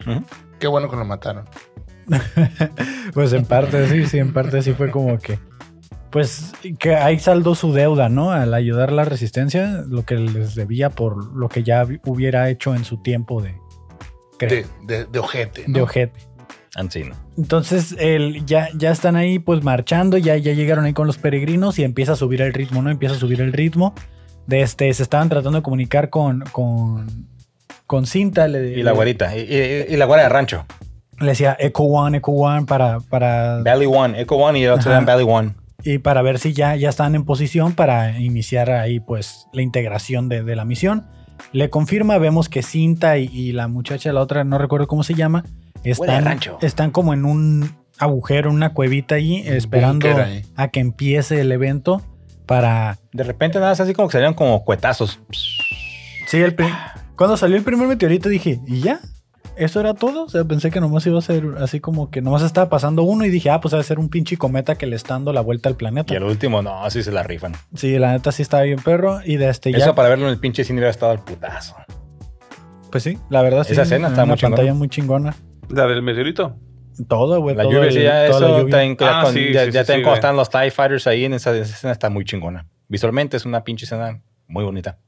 Ujú.
Qué bueno que lo mataron.
Pues en parte sí, sí, en parte sí fue como que. Pues que ahí saldó su deuda, ¿no? Al ayudar a la resistencia, lo que les debía por lo que ya hubiera hecho en su tiempo de, creo,
De, de, de ojete.
de
¿no?
ojete.
Ancino.
Entonces, el, ya, ya están ahí pues marchando, ya, ya llegaron ahí con los peregrinos y empieza a subir el ritmo, ¿no? Empieza a subir el ritmo. De este, se estaban tratando de comunicar con, con, con cinta. Le,
Y la guarita. Y, y- y la guarda de rancho.
Le decía Echo One, Echo One para, para
Valley One, Echo One y el otro
Ajá.
era Valley One.
y para ver si ya, ya están en posición para iniciar ahí pues la integración de, de la misión. Le confirma, vemos que Cinta y, y la muchacha, la otra, no recuerdo cómo se llama,
Huele a
están,
rancho.
están como en un agujero, una cuevita ahí,
Un
esperando
búnker ahí.
a que empiece el evento para...
De repente nada, más así como que salieron como cuetazos.
Sí, el pri- cuando salió el primer meteorito dije, ¿y ya? ¿Eso era todo? O sea, pensé que nomás iba a ser así como que nomás estaba pasando uno y dije, ah, pues va a ser un pinche cometa que le está dando la vuelta al planeta.
Y el último, no, así se la rifan.
Sí, la neta sí estaba bien perro. Y de este ya.
Eso para verlo en el pinche cine hubiera estado al putazo.
Pues sí, la verdad sí.
Esa escena estaba
una
muy chingona.
pantalla muy chingona.
La del meteorito.
Todo, güey.
La
todo
lluvia,
el-
sí, ya
toda la
eso
lluvia.
también, ya
Ah,
con-
sí,
ya-
sí,
ya también
sí, sí,
cuando
güey.
están los TIE Fighters ahí en esa, esa escena está muy chingona. Visualmente es una pinche escena
[LAUGHS]
muy bonita.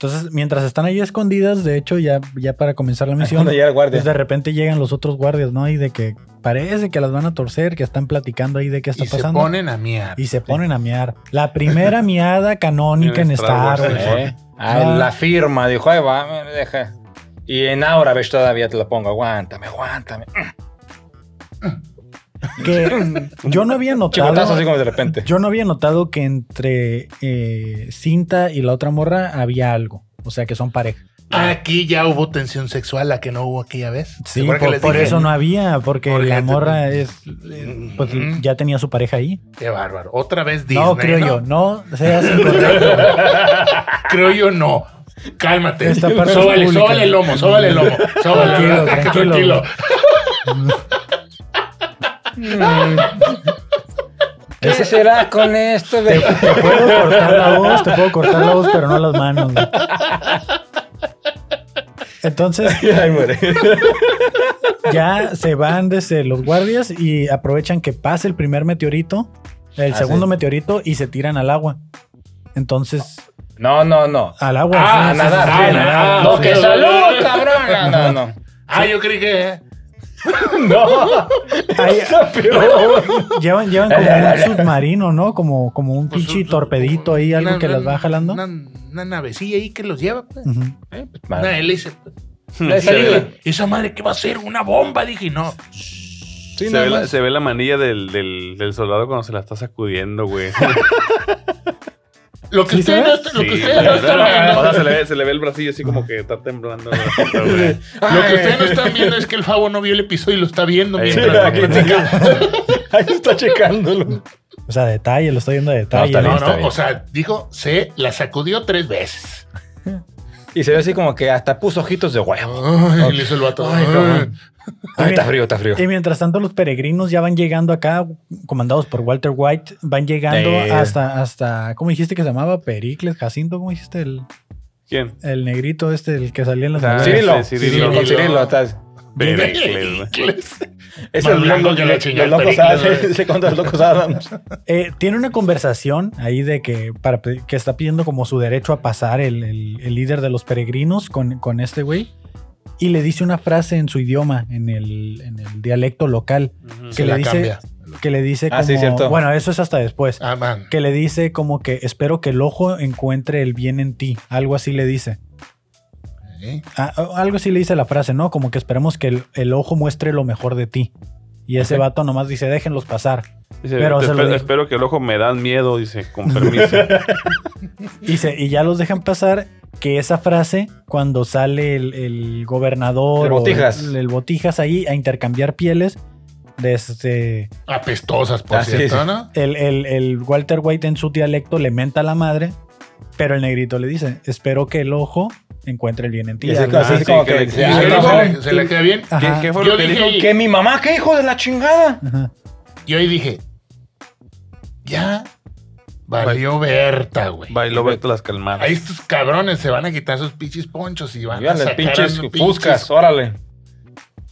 Entonces, mientras están ahí escondidas, de hecho, ya, ya para
[LAUGHS]
comenzar la misión,
Cuando llega el guardia.
pues de repente llegan los otros guardias, ¿no? Y de que parece que las van a torcer, que están platicando ahí de qué está
Y se
pasando.
ponen a miar.
y se ponen a miar. La
[LAUGHS]
primera miada canónica en
En Star
Star
Wars,
Wars.
¿eh?
Eh, ah, La firma, dijo, ahí va, me deja. Y en ahora, ves, todavía te lo pongo, aguántame, aguántame.
Que
[LAUGHS]
yo no había
Chicotazo así
notado.
como de repente.
Yo no había notado que entre eh, Cinta y la otra morra había algo. O sea que son pareja.
Aquí ya hubo tensión sexual, la que no hubo aquella vez. ¿Se
Sí,
acuerdan que
por,
les
por
dije? pues.
eso no había, porque
Porque
la
te-
morra es, eh, pues
Ujú.
ya tenía su pareja ahí.
Qué bárbaro. Otra vez Disney.
no, creo yo, no seas incorrecto.
Creo yo no. Cálmate.
Esta parte
sóbale,
es pública.
sóbale el lomo, sóbale el
[LAUGHS]
lomo. Sóbale,
Tranquilo,
tranquilo.
tranquilo.
tranquilo.
¿Qué será con esto? [LAUGHS]
te, te puedo cortar la voz, te puedo cortar la voz, pero no las manos. güey. Entonces
Ay, muere.
ya se van desde los guardias y aprovechan que pasa el primer meteorito, el
Ah,
segundo
sí.
meteorito y se tiran al agua. Entonces,
No, no, no.
al agua.
Ah,
A
sí, sí, sí,
nadar.
sí,
ah,
sí,
al
nadar.
agua,
No,
sí.
que salud, cabrón. No, no, no.
Ah, yo creí que.
No.
Ahí-
Está peor.
Llevan, llevan como un submarino, ¿no? Como, como un
pues,
pinche
un-
torpedito ahí, algo
una-
que las
una-
va jalando.
Una, una navecilla ahí que los lleva, pues.
Ujú.
Eh, pues,
Mm, Madre.
Una hélice. pues.
Ya
Esa,
salí.
esa madre que va a ser una bomba, dije, no.
Sí,
se,
nada
ve la,
más.
se ve la manilla del, del, del soldado cuando se la está sacudiendo, güey.
Lo que
¿Sí
ustedes
se
no,
ve?
está- lo que
Sí,
ustedes no
güey.
están viendo.
O sea, se le, ve, se le ve el bracillo así como que está temblando.
[LAUGHS]
güey.
Lo que ustedes no están viendo es que el Fabo no vio el episodio y lo está viendo
Sí,
mientras lo
Aquí
platica.
checa- Ahí está checándolo.
O sea, detalle, lo estoy viendo de detalle.
está
¿no?
No,
bien.
no, o sea, dijo, se la sacudió tres veces.
Y se ve así como que hasta puso ojitos de huevo.
Ay, le hizo el vato.
Ay,
Ay,
cabrón. Ay,
Ay,
está frío, está frío.
Y mientras tanto, los peregrinos ya van llegando acá, comandados por Walter White, van llegando
Eh.
hasta, hasta, ¿cómo dijiste que se llamaba? Pericles, Jacinto, ¿cómo dijiste? El,
¿Quién?
el negrito este, el que salía en las
Ah,
novelas.
Cirilo.
sí, Cirilo.
Con Cirilo. estás-
Pericles, güey.
Pericles.
Es
Más
el
blanco
loco
que la chingada
El loco
película,
Adams.
güey.
Se contra el loco Adams.
Eh, tiene una conversación ahí de que, para, pe- que está pidiendo como su derecho a pasar el, el- el líder de los peregrinos con, con este güey. Y le dice una frase en su idioma, en el, en el dialecto local,
Ujú.
Se
le
la
dice-
cambia.
que le dice como...
Ah, sí, cierto.
Bueno, eso es hasta después.
Ah, man.
Que le dice como que espero que el ojo encuentre el bien en ti. Algo así le dice.
¿Eh?
Ah, ah, algo así le dice la frase, ¿no? Como que esperemos que el, el ojo muestre lo mejor de ti. Y ese
Ok.
vato nomás dice, déjenlos pasar.
Dice,
Pero
"Te
se lo
espero,
dijo.
espero que el ojo me dan miedo, dice, con permiso.
[LAUGHS] Y, se- y ya los dejan pasar. Que esa frase, cuando sale el, el gobernador
El
o
Botijas.
el, el botijas ahí a intercambiar pieles, de este,
Apestosas, por
Ah, sí,
cierto,
sí.
¿no?
el, el- el Walter White en su dialecto le menta a la madre, pero el negrito le dice, espero que el ojo encuentre el bien en ti.
Y así,
Algo
así
así.
como
que-
que...
que-
Y
ah,
se,
no,
le, se le-
no.
se le queda bien.
¿Qué,
Ajá,
qué fue
Yo
lo que
dije-
dijo?
qué?
Que mi mamá, qué hijo de la chingada.
ajá.
Y hoy dije, ya valió Berta, güey.
Bailó Beto las calmadas.
Ahí estos cabrones se van a quitar sus pinches ponchos y van a
Díganle,
sacar
pinches
a los
fuscas, órale.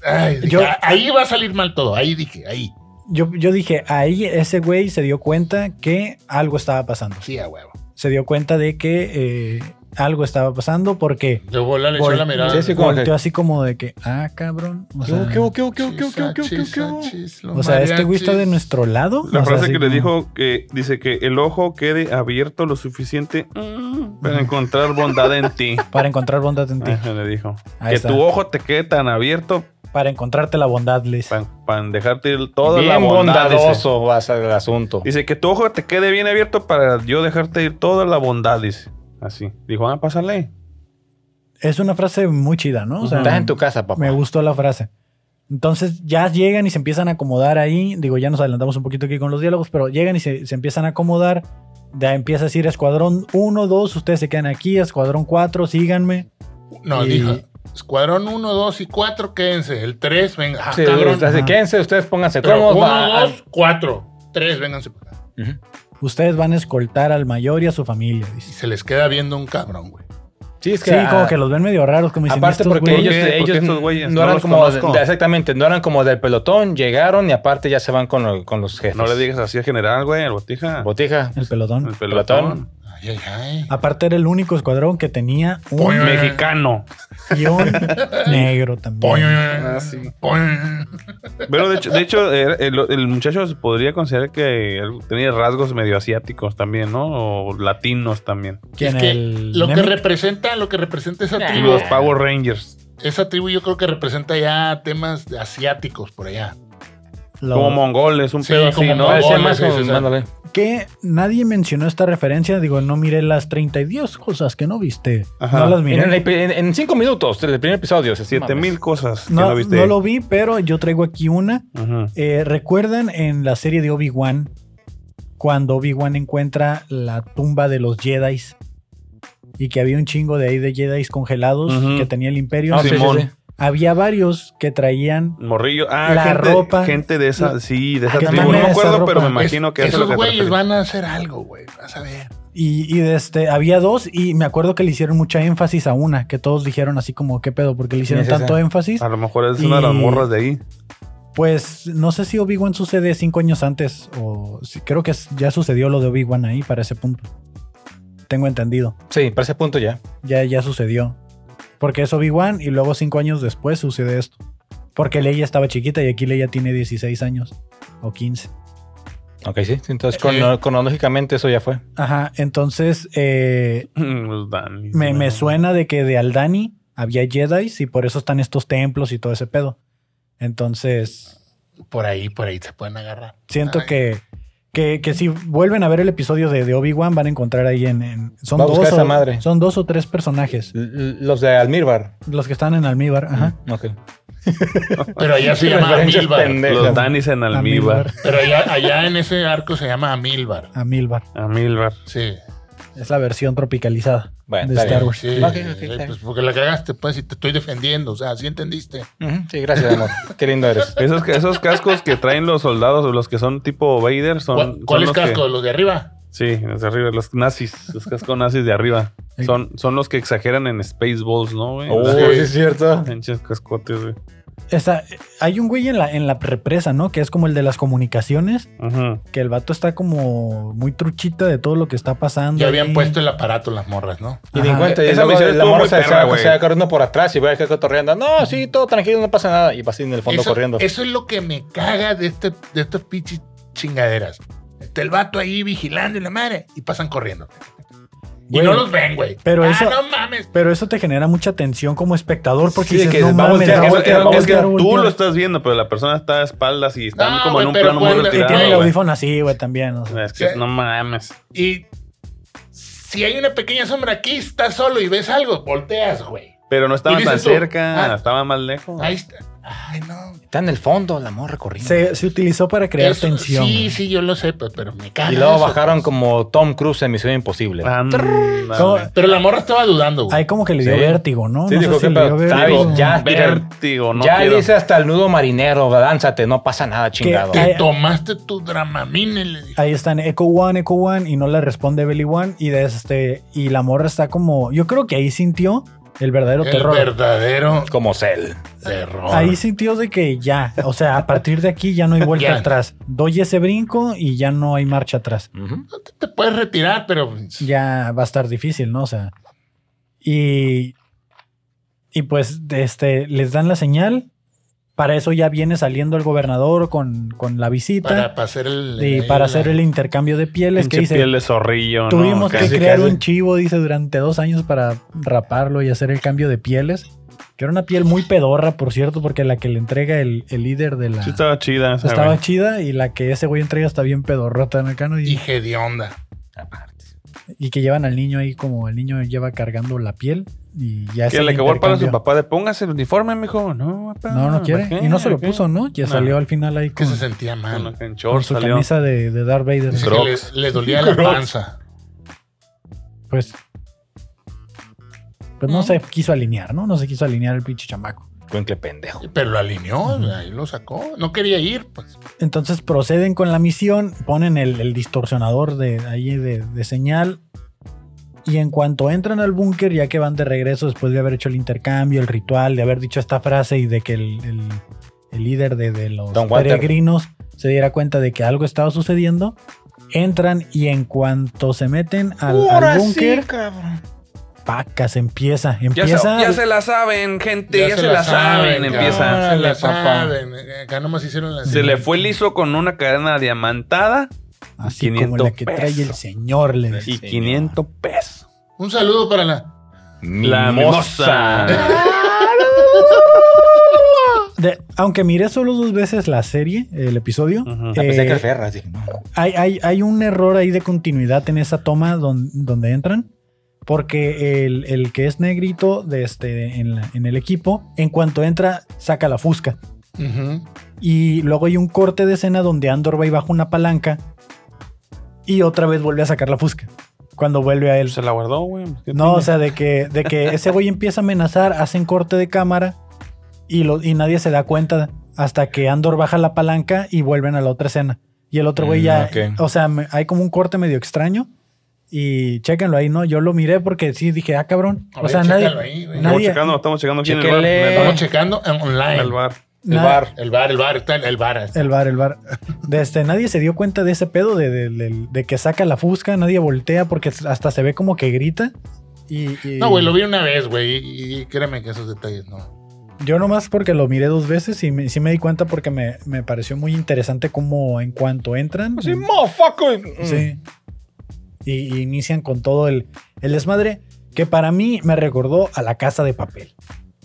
Ay, dije,
Yo-
ahí va a salir mal todo. Ahí dije, ahí.
Yo, yo dije, ahí ese güey se dio cuenta que algo estaba pasando.
Sí, a huevo.
Se dio cuenta de que eh, algo estaba pasando porque
De bola le echó
Vol-
la mirada.
Sí, sí, como
volteó
que-
así como de que, ah, cabrón. O sea,
¿Qué hubo, qué hubo, qué hubo, qué hubo, qué hubo, qué hubo, qué hubo, qué hubo?
Chisachis, los
o sea, este güey está de
mariachis.
nuestro lado.
La
O sea,
frase
así
que le
como-
dijo que dice que el ojo quede abierto lo suficiente mm, para encontrar bondad en ti.
Para encontrar bondad [LAUGHS] en ti.
Ajá, le dijo.
Ahí
que
está.
tu ojo te quede tan abierto
Para encontrarte la bondad, Liz.
para dejarte el- toda la
Bien
bondad. Dice.
bondadoso va a ser el asunto.
Dice que tu ojo te quede bien abierto para yo dejarte ir toda la bondad, dice. Así. Dijo, ah, pásale.
Es una frase muy chida, ¿no? O sea,
Estás en tu casa, papá.
me gustó la frase. Entonces ya llegan y se empiezan a acomodar ahí. Digo, ya nos adelantamos un poquito aquí con los diálogos, pero llegan y se, se empiezan a acomodar. Ya empieza a decir escuadrón 1, 2, ustedes se quedan aquí, escuadrón 4, síganme.
No,
Y-
dijo. Escuadrón 1, 2 y 4, quédense. El 3, venga. Ah,
Sí,
cabrón.
así,
Ajá.
quédense, ustedes pónganse
Pero
cómodos. Ah,
1,
va-
2, 4. 3, vénganse para acá.
Ujú.
Ustedes van a escoltar al mayor y a su familia,
Y
dice.
se les queda viendo un cabrón, güey.
Sí, es que,
Sí, como
ah,
que los ven medio raros, como diciendo
aparte porque ellos,
¿Por qué?
ellos
Porque estos güeyes no
no eran
los
como de-
conozco.
de- exactamente, no eran como del pelotón, llegaron y aparte ya se van con, lo- con los jefes.
No le digas así al general, güey, al botija.
Botija.
el pelotón.
El
Ah.
pelotón.
Ay, ay, ay.
Aparte era el único escuadrón que tenía
Poño.
un
Mexicano.
[LAUGHS]
guión negro
Poño.
también.
Ah,
sí.
Poño.
Bueno, de hecho, de hecho era- el, el muchacho se podría considerar que él tenía rasgos medio asiáticos también, ¿no? O latinos también.
Es
¿Quién?
que
El
lo que
Nemec?
representa, lo que representa esa
Nah.
tribu,
Los Power Rangers.
esa tribu yo creo que representa ya temas de asiáticos por allá.
Lo-
Como mongoles, un
Sí,
pedo
como
así, ¿no?
mongoles.
Parecía más
sí, sí,
como,
sí.
mándale.
que nadie mencionó esta referencia. Digo, no miré las 32 cosas que no viste.
Ajá.
No las
En, el
miré.
epi- en- en cinco minutos del primer episodio. se-
Siete
mames.
mil cosas que no,
No,
viste.
no lo vi, pero yo traigo aquí una.
Ujú.
Eh, ¿Recuerdan en la serie de Obi-Wan cuando Obi-Wan encuentra la tumba de los Jedi? Y que había un chingo de ahí de Jedi congelados
Ujú.
que tenía el imperio.
Ah, sí, sí,
Simón.
sí.
Había varios que traían...
Morrillo. Ah,
La
gente,
ropa. Ah,
gente de esa, sí, de esa
que
tribu.
también
No me
esa
acuerdo, pero me
ropa.
imagino que
Es-
eso es lo
esos
que te
güeyes
refieres.
van a hacer algo, güey. Vas a ver.
Y, y de este, había dos y me acuerdo que le hicieron mucha énfasis a una, que todos dijeron así como, ¿qué pedo? Porque le hicieron
es esa?
tanto énfasis.
A lo mejor es una de las
Y-
morras de ahí. [LAUGHS]
Pues no sé si Obi-Wan sucede cinco años antes o si- creo que es- ya sucedió lo de Obi-Wan ahí para ese punto. Tengo entendido.
Sí, para ese punto ya.
Ya, ya sucedió. Porque es Obi-Wan y luego cinco años después sucede esto. Porque Leia estaba chiquita y aquí Leia tiene 16 años o 15.
Ok, sí. sí, Entonces, crono- cronológicamente eso ya fue.
Ajá, entonces eh,
Los Danis,
me, me
¿no?
suena de que de Aldani había Jedi y por eso están estos templos y todo ese pedo. Entonces,
Por ahí, por ahí se pueden agarrar.
Siento
Ay.
que, que, que si vuelven a ver el episodio de, de Obi-Wan, van a encontrar ahí en. en- son,
Va a buscar
dos
esa
o,
madre.
son dos o tres personajes.
L- Los de Almirbar.
Los que están en almíbar. Ajá.
Mm, Ok.
Pero allá se llama
Pues Referencias
Amilbar.
pendejas.
Los Danis en Almíbar.
Pero allá, allá en ese arco se llama Amilbar.
Amílbar.
Amílbar.
Sí.
Es la versión tropicalizada
Bueno,
de
está
Star
bien.
Wars.
Sí.
Ok, ok, está
Pues porque la cagaste, pues, y te estoy defendiendo. O sea, sí entendiste.
Ujú, Sí, gracias, amor. Qué lindo eres.
Esos, esos cascos que traen los soldados, o los que son tipo Vader, son.
¿Cuál-
son
¿Cuáles
los que-
cascos? ¿Los de arriba?
Sí, los de arriba, los nazis, los cascos nazis de arriba.
Sí.
Son, son los que exageran en Spaceballs, ¿no, güey?
Oh,
Los
sí,
que-
es cierto.
pinches cascotes, güey.
Está, hay un güey en la, en la represa, ¿no? Que es como el de las comunicaciones,
Ujú.
que el vato está como muy truchita de todo lo que está pasando.
Ya habían
ahí.
puesto el aparato las morras, ¿no?
Y de
Ajá.
cuenta, y
Esa
luego
misión
la
estuvo
morra
muy
se,
perra,
se-
güey.
se va corriendo por atrás y va a dejar cotorreando. No, sí, todo tranquilo, no pasa nada. Y va así en el fondo
eso,
corriendo.
eso es lo que me caga de, este, de estas pinches chingaderas. Está el vato ahí vigilando y la madre y pasan corriendo.
Güey,
y no los ven, güey.
pero
ah,
eso-
no mames.
Pero eso te genera mucha tensión como espectador porque
Sí,
dices,
que
no
va a
mames, va
voltear,
a
Es que-
voltear, va a
es que
voltear,
tú
voltear".
lo estás viendo, pero la persona está a espaldas y están
No,
como en
güey,
un
pero
plano muy
pueden-
Y
retirado.
tiene el
güey.
audífono así, güey, también. o sea.
güey. Es que
Sí.
no mames.
Y si hay una pequeña sombra aquí, estás solo y ves algo, volteas, güey.
Pero no estaban
Y
tan
dices tú,
cerca,
ah,
estaban más lejos.
Ahí está. Ay, no.
Está en el fondo, la morra corriendo.
Se, se utilizó para crear
Eso-
tensión.
Sí,
güey.
sí, yo lo sé, pero, pero me caga.
Y luego
eso, Ah,
bajaron
pues.
como Tom Cruise en Misión Imposible.
Ándale.
Como-
Pero la morra estaba dudando, güey.
Ahí como que le dio
Sí.
vértigo, ¿no?
Sí,
no
dijo
sé
que,
si le
pero,
dio
está
vértigo.
bien, ya.
Vértigo, no
ya
quiero.
dice hasta el nudo marinero, lánzate, no pasa nada, chingado.
que-
Te
Ay,
tomaste tu dramamine, le dije.
Ahí están Echo One, Echo One, y no le responde Belly One. Y de este, y la morra está como. Yo creo que ahí sintió el verdadero
El
terror.
verdadero
Como Cell.
terror.
Ahí sintió de que ya, o sea, a partir de aquí
[LAUGHS]
ya no hay vuelta
Ya.
atrás. Doy ese brinco y ya no hay marcha atrás.
No te, te puedes retirar, pero
Ya va a estar difícil, ¿no? O sea. Y. Y pues, de este, les dan la señal. Para eso ya viene saliendo el gobernador con, con la visita.
para, para hacer el.
y para hacer el intercambio de pieles que
Pinche
dice
piel de zorrillo,
tuvimos
¿no?
que
Casi,
crear
casi.
un chivo dice durante dos años para raparlo y hacer el cambio de pieles que era una piel muy pedorra por cierto porque la que le entrega el, el líder de la
Sí, estaba chida esa,
estaba
güey.
chida y la que ese güey entrega está bien pedorrota ¿no? Acá, ¿no?
Y
y,
hedionda.
y que llevan al niño ahí como el niño lleva cargando la piel y ya
Que
es
le
el
acabó el palo a su
intercambio.
papá de póngase el uniforme, mijo. No, papá,
no no quiere
¿para qué?
y no se lo
¿Qué?
puso no ya
No.
salió al final ahí
Que
con,
se sentía mal.
Con- En
con
shorts
su
salió.
camisa de, de Darth Vader
Dice que
Crocs.
le, le dolía la
Crocs.
panza.
pues pues no se quiso alinear, ¿no? No se quiso alinear el pinche chamaco.
Cuencle pendejo.
Pero lo alineó,
Ujú.
ahí lo sacó. No quería ir, pues.
Entonces proceden con la misión, ponen el, el distorsionador de ahí de, de señal. Y en cuanto entran al búnker, ya que van de regreso después de haber hecho el intercambio, el ritual, de haber dicho esta frase y de que el, el- el líder de, de los
Don Walter.
peregrinos se diera cuenta de que algo estaba sucediendo, entran y en cuanto se meten al, al búnker,
cabrón.
pacas, empieza,
Ya se,
empieza.
ya se la saben, gente, ya, se, la, saben.
cabrón,
empieza.
Se la
Órale, papá.
saben. Acá nomás hicieron la.
Se le fue liso con una cadena diamantada
así como
500
la que trae el
pesos.
señor, le dice.
y
señor.
500 pesos.
Un saludo para la.
La mimosa.
[LAUGHS] De- aunque miré solo dos veces la serie, el episodio,
Ujú.
eh,
Pensé que era Ferras, dije, no.
hay, hay- hay un error ahí de continuidad en esa toma don- donde entran. Porque el, el que es negrito de este, en, la- en el equipo, en cuanto entra, saca la fusca.
Ujú.
Y luego hay un corte de escena donde Andor va y baja una palanca y otra vez vuelve a sacar la fusca. Cuando vuelve a él.
Se la guardó, güey. ¿Qué
No, o
tiene?
sea, de que, de que ese güey empieza a amenazar, hacen corte de cámara y, lo, y nadie se da cuenta hasta que Andor baja la palanca y vuelven a la otra escena. Y el otro güey
Mm,
ya.
ok.
O sea, me- hay como un corte medio extraño. Y chéquenlo ahí, ¿no? Yo lo miré porque sí dije, ah, cabrón.
A
o
ver,
sea,
chécalo
nadie.
ahí, güey.
nadie-
Estamos checando, estamos checando aquí en el bar.
Chéquele.
En el
Estamos
bar.
checando en online.
En el bar.
El
na-
bar.
El bar, el bar, está el, el bar.
El bar, el bar. De este, nadie se dio cuenta de ese pedo de, de- de- de que saca la fusca, nadie voltea porque hasta se ve como que grita. Y, y-
No, güey, lo vi una vez, güey. Y, y créeme que esos detalles no.
Yo nomás porque lo miré dos veces y me- sí me di cuenta porque me, me pareció muy interesante cómo en cuanto entran.
Sí,
em-
motherfucker.
sí. Y, y inician con todo el, el desmadre que para mí me recordó a la casa de papel.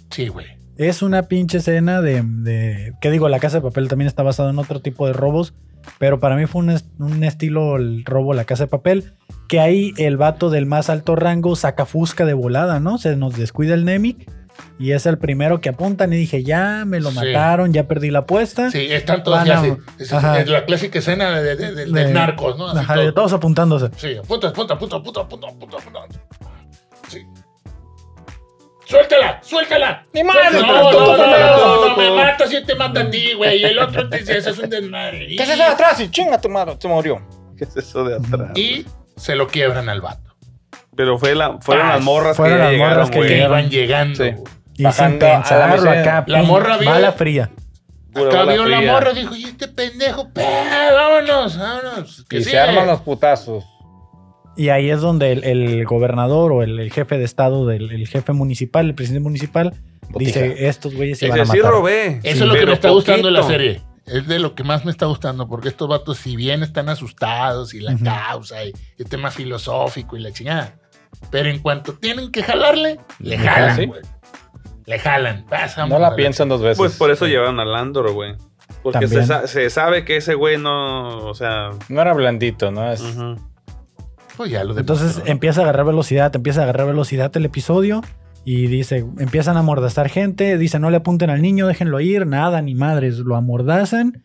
Sí, güey.
Es una pinche escena de, de... ¿Qué digo? La casa de papel también está basada en otro tipo de robos, pero para mí fue un, est- un estilo el robo La casa de papel, que ahí el vato del más alto rango saca fusca de volada, ¿no? Se nos descuida el Nemic y es el primero que apuntan y dije, ya me lo
Sí.
mataron, ya perdí la apuesta.
Sí, están todas
Ah,
ya
no.
así. Es, es-
Ajá.
es la clásica escena de, de- de- de
De-
narcos, ¿no? Así
Ajá,
todo.
de todos apuntándose.
Sí, apunta, apunta, apunta, apunta, apunta, apunta, apunta. Sí. ¡Suéltala! ¡Suéltala!
Ni madre,
No,
pero
no,
todo
no,
está
no,
todo,
no, me mata si te mata a ti, güey. Y el otro te dice, eso es un desmadre. Y,
¿Qué se hace atrás? Y chinga tu madre, se murió.
¿Qué es eso de atrás?
y se lo quiebran al vato.
Pero fue la, fueron
Ah,
las morras
fueron
que
las
llegaron,
morras que
güey.
Que
llegaron.
iban llegando.
Sí.
güey.
Y sin
Bajando a la
pensarlo
mesera.
acá.
La
pum,
morra vio-
Bala fría.
Pura
Acá
bala
vio la
fría.
morra, dijo, y este pendejo, pe, vámonos, vámonos. que eh,
Y
sigue".
se arman los putazos.
Y ahí es donde el, el gobernador o el, el jefe de estado, del, el jefe municipal, el presidente municipal,
Botija.
dice: Estos güeyes se
Es
van a
decir,
matar.
robé.
Eso es lo que
pero
me está gustando de la
poquito.
serie. Es de lo que más me está gustando, porque estos vatos, si bien están asustados y la
Ujú.
causa y el tema filosófico y la chingada, pero en cuanto tienen que jalarle, le jalan,
¿Sí?
güey. Le jalan. Pasa,
No la piensan dos veces.
Pues por eso llevaron a Landor, güey. Porque se,
También.
sa- se sabe que ese güey no. O sea.
No era blandito, ¿no? Es,
ujú.
Pues ya lo
Entonces em-
demostraron.
empieza a agarrar velocidad, empieza a agarrar velocidad el episodio y dice, empiezan a amordazar gente, dice, no le apunten al niño, déjenlo ir, nada, ni madres, lo amordazan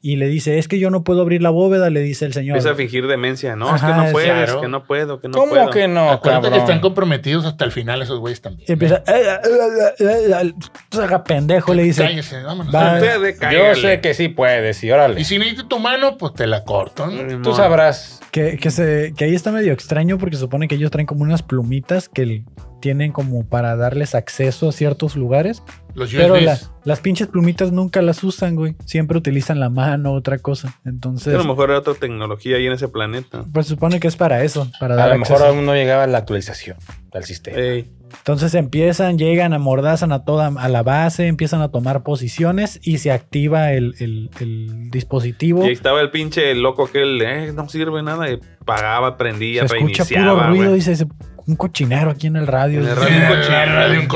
y le dice, es que yo no puedo abrir la bóveda, le dice el señor.
Empieza a fingir demencia. No, es
Ajá,
que no puedes,
claro.
que no puedo, que no
¿Cómo
puedo.
que no,
Acuérdate
cabrón?
que están comprometidos hasta el final esos güeyes también.
Empieza, "Eh, eh, eh, eh, eh, eh", haga pendejo, le dice.
Cállese, vámonos.
Va. eh".
Usted de
Yo
cáigale.
sé que sí puedes, y órale.
Y si necesito tu mano, pues te la corto. ¿no?
Ay,
Tú
mon.
sabrás.
Que, que se, que ahí está medio extraño porque supone que ellos traen como unas plumitas que l- tienen como para darles acceso a ciertos lugares.
Los
Pero
USBs.
la- las pinches plumitas nunca las usan, güey. Siempre utilizan la mano, otra cosa. Entonces,
A lo mejor era otra tecnología ahí en ese planeta.
pues supone que es para eso, para
A
dar
lo mejor
acceso.
aún no llegaba la actualización del
Eh,
sistema.
Ey,
Entonces empiezan, llegan, amordazan a toda a la base, empiezan a tomar posiciones y se activa el, el- el dispositivo.
y ahí estaba el pinche loco aquel. Eh, no sirve nada. Y pagaba, prendía,
Se escucha puro
reiniciaba.
ruido,
güey.
dice "Se- un cochinero aquí en el radio.
En el
Radio un cochinero. de un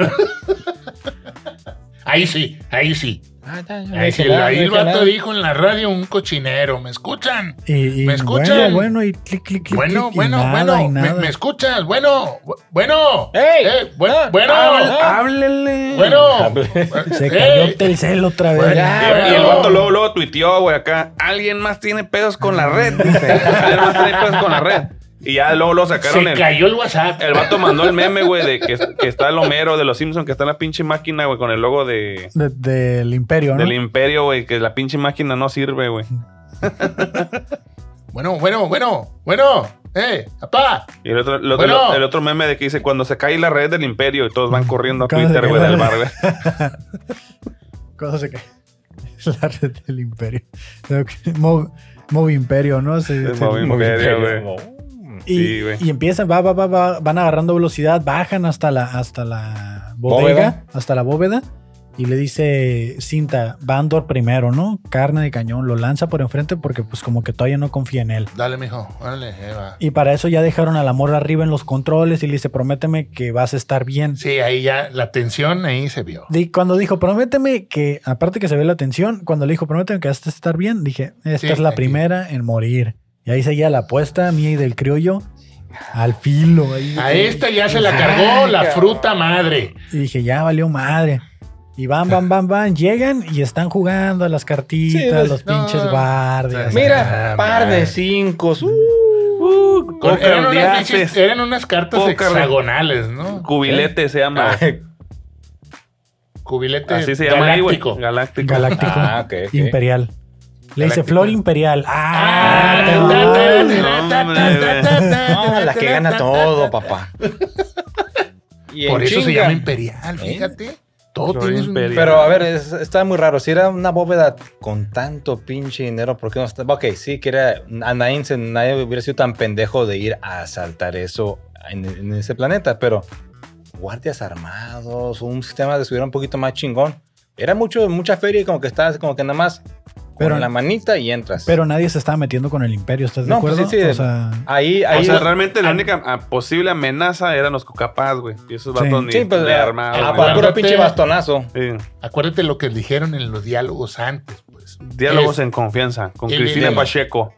cochinero.
[LAUGHS]
ahí sí, ahí sí.
"Ah,
Ahí sí. el- Ahí el vato dijo en la radio un cochinero. ¿Me escuchan?
Y, y
¿Me escuchan?
Bueno, bueno, y clic, clic, clic.
Bueno,
clic, y
bueno,
nada, y
bueno. ¿Me,
nada.
me escuchas? Bueno, bu- bueno.
¡Ey!
Eh, bu-
Ah,
bueno,
ah,
Háblele.
bueno.
Se
[LAUGHS]
Eh,
cayó Telcel otra vez. Ah,
Bueno.
Y el- y el
bueno.
vato luego, luego tuiteó, güey, acá.
Alguien más tiene pedos con la red.
Alguien más tiene pedos con la red. Y ya luego lo sacaron
Se
el.
cayó el WhatsApp.
El vato mandó el meme, güey, de que, que está el Homero de los Simpsons, que está en la pinche máquina, güey, con el logo de,
De- del imperio, ¿no?
del imperio, güey, que la pinche máquina no sirve, güey.
Bueno, bueno, bueno, bueno. Eh, papá.
Y el otro, el, otro,
Bueno.
el otro meme de que dice, cuando se cae la red del imperio y todos van corriendo a
Cuando se
Twitter,
cae
güey,
la
del
red.
bar, güey.
Cosa se cae. [LAUGHS] La red del imperio. Mo- Movi Imperio, ¿no? Se-
Es
se-
Movi
Muy
Imperio,
bien,
güey.
¿no?
y,
sí, güey.
y empiezan, va, va, va, va, van agarrando velocidad, bajan hasta la, hasta la bodega,
Bóveda.
hasta la bóveda. Y le dice Cinta, Bandor primero, ¿no? Carne de cañón, lo lanza por enfrente porque pues como que todavía no confía en él.
Dale, mijo. Órale, Eva.
Y para eso ya dejaron a la morra arriba en los controles y le dice, prométeme que vas a estar bien.
Sí, ahí ya la tensión ahí se vio.
Di- cuando dijo, prométeme que, aparte que se ve la tensión, cuando le dijo, prométeme que vas a estar bien, dije, esta
Sí,
es la
aquí.
primera en morir. Y ahí seguía la apuesta mía y del criollo al
[LAUGHS]
filo. Ahí, eh,
A esta ya se la cargó la fruta madre.
Y dije, ya valió madre. Y van, van, van, van, llegan y están jugando a las cartitas,
Sí, pues,
los
no.
pinches guardias.
Mira,
Ah,
par
madre.
de cinco.
Uh,
Con- eran, unas
Cocardiaces.
pinches- eran unas cartas
Pócar de-
hexagonales, ¿no?
Cubilete se llama.
Cubilete
Así se llama ahí, güey.
galáctico.
Galáctico.
Galáctico.
Ah, ok, ok.
Imperial. Le dice
Galáctico.
Flor Imperial.
Ah,
¡Ah!
ta,
no.
ta, ta, ta,
no,
ta,
hombre,
ta, ta,
güey.
ta, ta,
No, Ah, uh, la que
ta,
gana
ta,
todo,
ta, ta.
papá. Y
[LAUGHS]
en
Por eso se
chinga. ¿Eh?
llama imperial, fíjate. Todo
Flor
tiene un
imperial.
Pero a ver, es- está muy raro. Si era una bóveda con tanto pinche dinero, ¿por qué no está? Ok, sí, que era. A nadie, se- nadie hubiera sido tan pendejo de ir a asaltar eso en, en ese planeta, pero guardias armados, un sistema de seguridad un poquito más chingón. Era mucho, mucha feria y como que estabas, como que nada más
Pero-
con la manita y entras.
Pero nadie se estaba metiendo con el imperio, ¿estás de
No, pues
acuerdo?
sí, sí.
O sea,
ahí, ahí.
O sea, realmente la única ah, posible amenaza eran los cocapás, güey. Y esos
Sí.
vatos ni,
sí, pues.
ni armados,
a- a-
güey.
a puro pinche bastonazo.
Sí.
Acuérdate lo que dijeron en los diálogos antes, pues. Es-
Diálogos en confianza con
el-
Cristina
el-
Pacheco.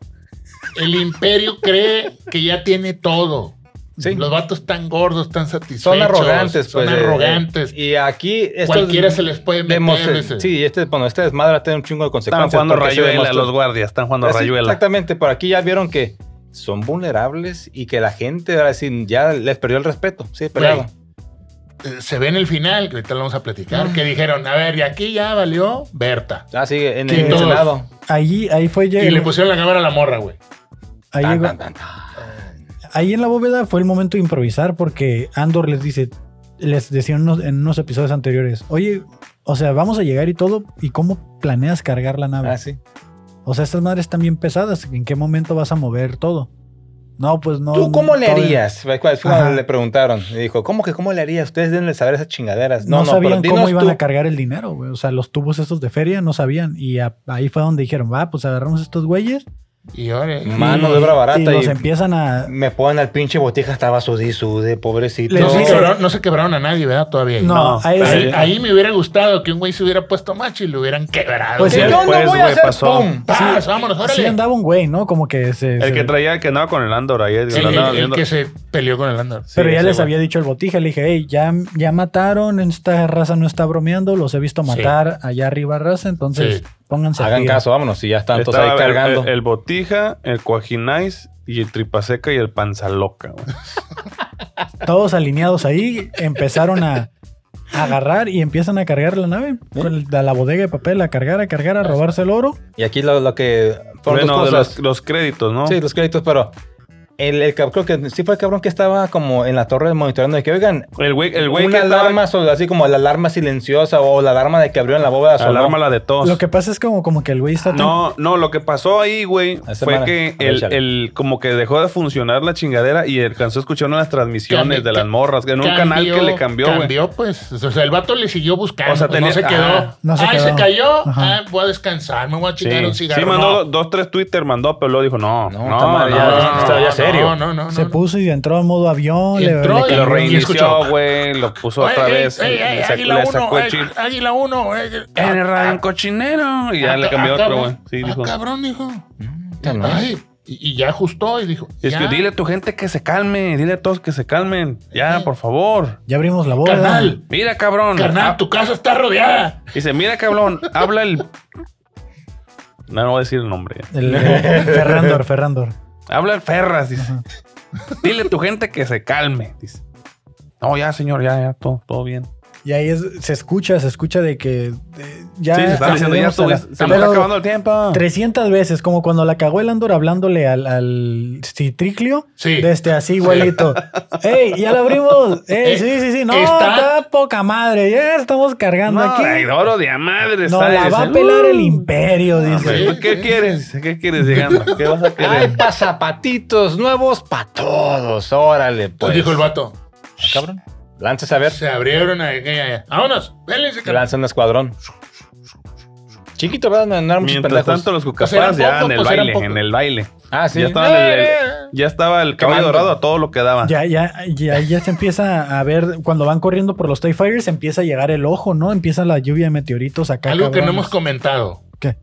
El imperio cree que ya tiene todo.
Sí.
Los vatos tan gordos, tan satisfechos.
Son arrogantes,
Son
pues. eh,
arrogantes.
eh, y aquí. estos
Cualquiera se les puede meter.
demos-
ese.
sí, este, bueno, este desmadre tiene un chingo de
Están
consecuencias.
jugando
porque se
rayuela
demostró-
los guardias, están jugando
Sí,
rayuela.
Exactamente, por aquí ya vieron que son vulnerables y que la gente ahora sí, ya les perdió el respeto. Sí, pero
Güey. Eh, se ve en el final, que ahorita lo vamos a platicar, que dijeron, a ver, y aquí ya valió Berta.
Ah, sí, en
Sí,
el
todos.
Senado.
ahí, ahí fue
Y le
llegando.
pusieron la cámara a la morra, güey.
Ahí,
Tan,
llegó- Ah,
tan, tan, tan.
ahí en la bóveda fue el momento de improvisar porque Andor les dice, les decía en unos, en unos episodios anteriores, oye, o sea, vamos a llegar y todo, ¿y cómo planeas cargar la nave?
Ah, sí.
O sea, estas madres están bien pesadas, ¿en qué momento vas a mover todo? No, pues no.
¿Tú cómo le
todavía-
harías? Fue cuando
Ajá.
Le preguntaron. Y dijo, ¿cómo que cómo le harías? Ustedes deben de saber esas chingaderas.
No,
No, no, pero
sabían
dinos
cómo iban
tú.
a cargar el dinero, güey. O sea, los tubos estos de feria no sabían. Y a- ahí fue donde dijeron, va, pues agarramos estos güeyes.
Y ahora.
Mano
y-
de obra barata.
Y
Y,
los empiezan a.
me ponen al pinche botija, estaba sude y sude, pobrecito.
No
Les
se,
dice-
quebraron, no se quebraron a nadie, ¿verdad? Todavía.
No,
No,
ahí
pero
sí.
Ahí, ahí me hubiera gustado que un güey se hubiera puesto macho y lo hubieran quebrado.
Pues
Si
sí,
yo no
después,
voy a
güey,
hacer
pasó.
pum.
¡Paz! vámonos, órale.
Sí andaba un güey, ¿no? Como que se. se-
El que traía, que andaba con el Andor ahí.
Sí, el,
lo andaba
el
viendo.
que se peleó con el Andor.
pero
Sí,
ya
ese
les
güey.
había dicho el botija, le dije, hey, ya, ya mataron, esta raza no está bromeando, los he visto matar allá arriba raza, entonces
Sí.
pónganse al
Hagan
tiro".
caso, vámonos. Si ya están todos
Estaba eh,
ahí cargando.
El, el Botija, el Cuajinais y el Tripaseca y el
[LAUGHS]
Panzaloca. güey.
Todos alineados ahí, empezaron a agarrar y empiezan a cargar la nave, con el- a la bodega de papel, a cargar, a cargar, a robarse el oro.
Y aquí lo, lo que. fueron
Bueno,
dos
de
cosas.
los, los créditos, ¿no?
Sí, los créditos, pero. El, el cab- creo que sí fue el cabrón que estaba como en la torre monitoreando. De que, oigan,
El güey, el güey
una
que estaba-
alarma, so- así como la alarma silenciosa o la alarma de que abrió en la bóveda. sonó.
alarma la de todos.
Lo que pasa es como, como que el güey está tan-
No, no, lo que pasó ahí, güey,
Esa
fue
mala.
que
A ver,
el,
échale.
el- como que dejó de funcionar la chingadera y alcanzó a escuchar unas transmisiones
Cambi-
de las morras, que en un canal que le cambió, güey.
Cambió, pues. O sea, el vato le siguió buscando.
O sea,
pues,
tenía-
no se quedó.
Ajá.
No se
Ay,
quedó.
se cayó.
Ajá.
Ay, voy a descansar. Me voy a
Sí,
chingar un cigarro.
sí, mandó dos- dos, tres Twitter, mandó, pero luego dijo, no, no,
No,
no,
esta madre
no,
ya-
no,
ya
no,
está- ya
no".
serio.
No, no, no.
se
no.
puso y entró en modo avión. le-
Entró
le
y-
Lo
cambió.
rein- escuchó.
reinició, güey, lo puso
Ey,
otra
ey,
vez,
ey, ey,
le sac-
águila
le
1,
sacó el chip.
Águila 1. eh,
En el
ah,
radio cochinero.
Y ya
ah,
le cambió
ah,
otro, güey.
cabrón.
Sí,
Ah,
dijo.
cabrón, dijo.
Mm,
no.
Ay, y, y ya ajustó y dijo.
Es
ya,
que dile a tu gente que se calme, dile a todos que se calmen. Ya, por favor.
Ya abrimos la boda.
Carnal,
Mira, cabrón.
carnal, tu casa está rodeada.
Dice, mira, cabrón, habla el. No, no voy a decir el nombre. ya. [LAUGHS]
El, el Ferrandor, Ferrandor.
Habla el Ferras, dice. Dile a tu gente que se calme, dice. No, ya, señor, ya, ya, todo, todo bien.
Y ahí es- se escucha, se escucha de que eh, ya.
sí, se está diciendo,
accedemos a
ya, estuvo,
la-
se me
Pero
está acabando el tiempo.
300 veces, como cuando la cagó el Andor hablándole al, al citriclio.
Sí.
Desde así, igualito. ¡Ey, ya lo abrimos! ¡Ey,
Eh,
sí, sí, sí! ¡No,
está-
está... poca madre! ¡Ya estamos cargando
No,
aquí!
ay, oro de a madre,
¡Nos
¿sabes?
la va a
Uh,
pelar el imperio! Dice.
güey,
Sí,
uh, ¿Qué
sí,
quieres? ¿Qué quieres, Diana? ¿Qué vas a
Hay
querer?
pa' zapatitos nuevos para todos. Órale,
Pues
pues.
dijo el vato.
Ah, cabrón. Lanzas a ver.
Se abrieron a aquella. Vámonos, vélense, carnal.
Lanza un escuadrón. Chiquito, ¿verdad? No, no eran muchos
Mientras
pendejos.
tanto, los
eran
cucapas ya
pocos,
en el
pues, eran
baile,
pocos.
en el baile.
Ah, sí.
Ya, estaban el- el- ya estaba el caballo
Quemando.
dorado a todo lo que daba.
Ya, ya, ya, ya se empieza a ver, cuando van corriendo por los TIE Fighters, empieza a llegar el ojo, ¿no? Empieza la lluvia de meteoritos acá.
Algo que no
cabrones.
hemos comentado.
¿Qué?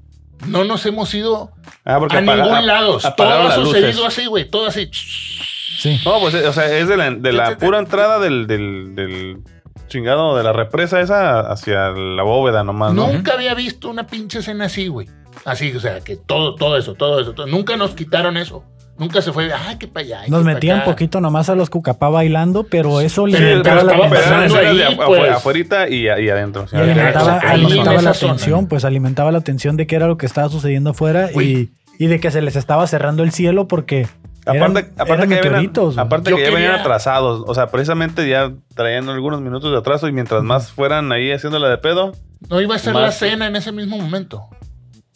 No nos hemos ido
Ah, porque
a
apaga-
ningún
ap-
lado. Todo
apagaron
ha
las
sucedido
luces.
así, güey. Todo así.
Sí.
No, pues, eh, o sea, es de la, de la pura entrada del, del, del chingado de la represa esa hacia la bóveda nomás, Ah, ¿no?
Nunca había visto una pinche escena así, güey. Así, o sea, que todo, todo eso, todo eso. todo- Nunca nos quitaron eso. Nunca se fue. Ay, qué para allá. ay,
Nos
qué pa'
metían
acá.
poquito nomás a los cucapá bailando, pero eso
Pero-
le
pero
inventaba la
estaba
Pero eran
tensión.
pasando
escenas de
ahí,
afu-
pues.
afu- afuerita y, a- y adentro. o
Y
sea,
alimentaba,
ahí en
alimentaba
esa
la
zona.
tensión, pues alimentaba la tensión de que era lo que estaba sucediendo afuera
Güey.
y, y de que se les estaba cerrando el cielo porque eran,
Aparte, aparte
eran
que ya venían,
meteoritos. güey.
aparte
Yo
que ya venían
quería-
atrasados. O sea, precisamente ya traían algunos minutos de atraso y mientras más fueran ahí haciéndola de pedo,
No iba a ser la
Más-
cena en ese mismo momento.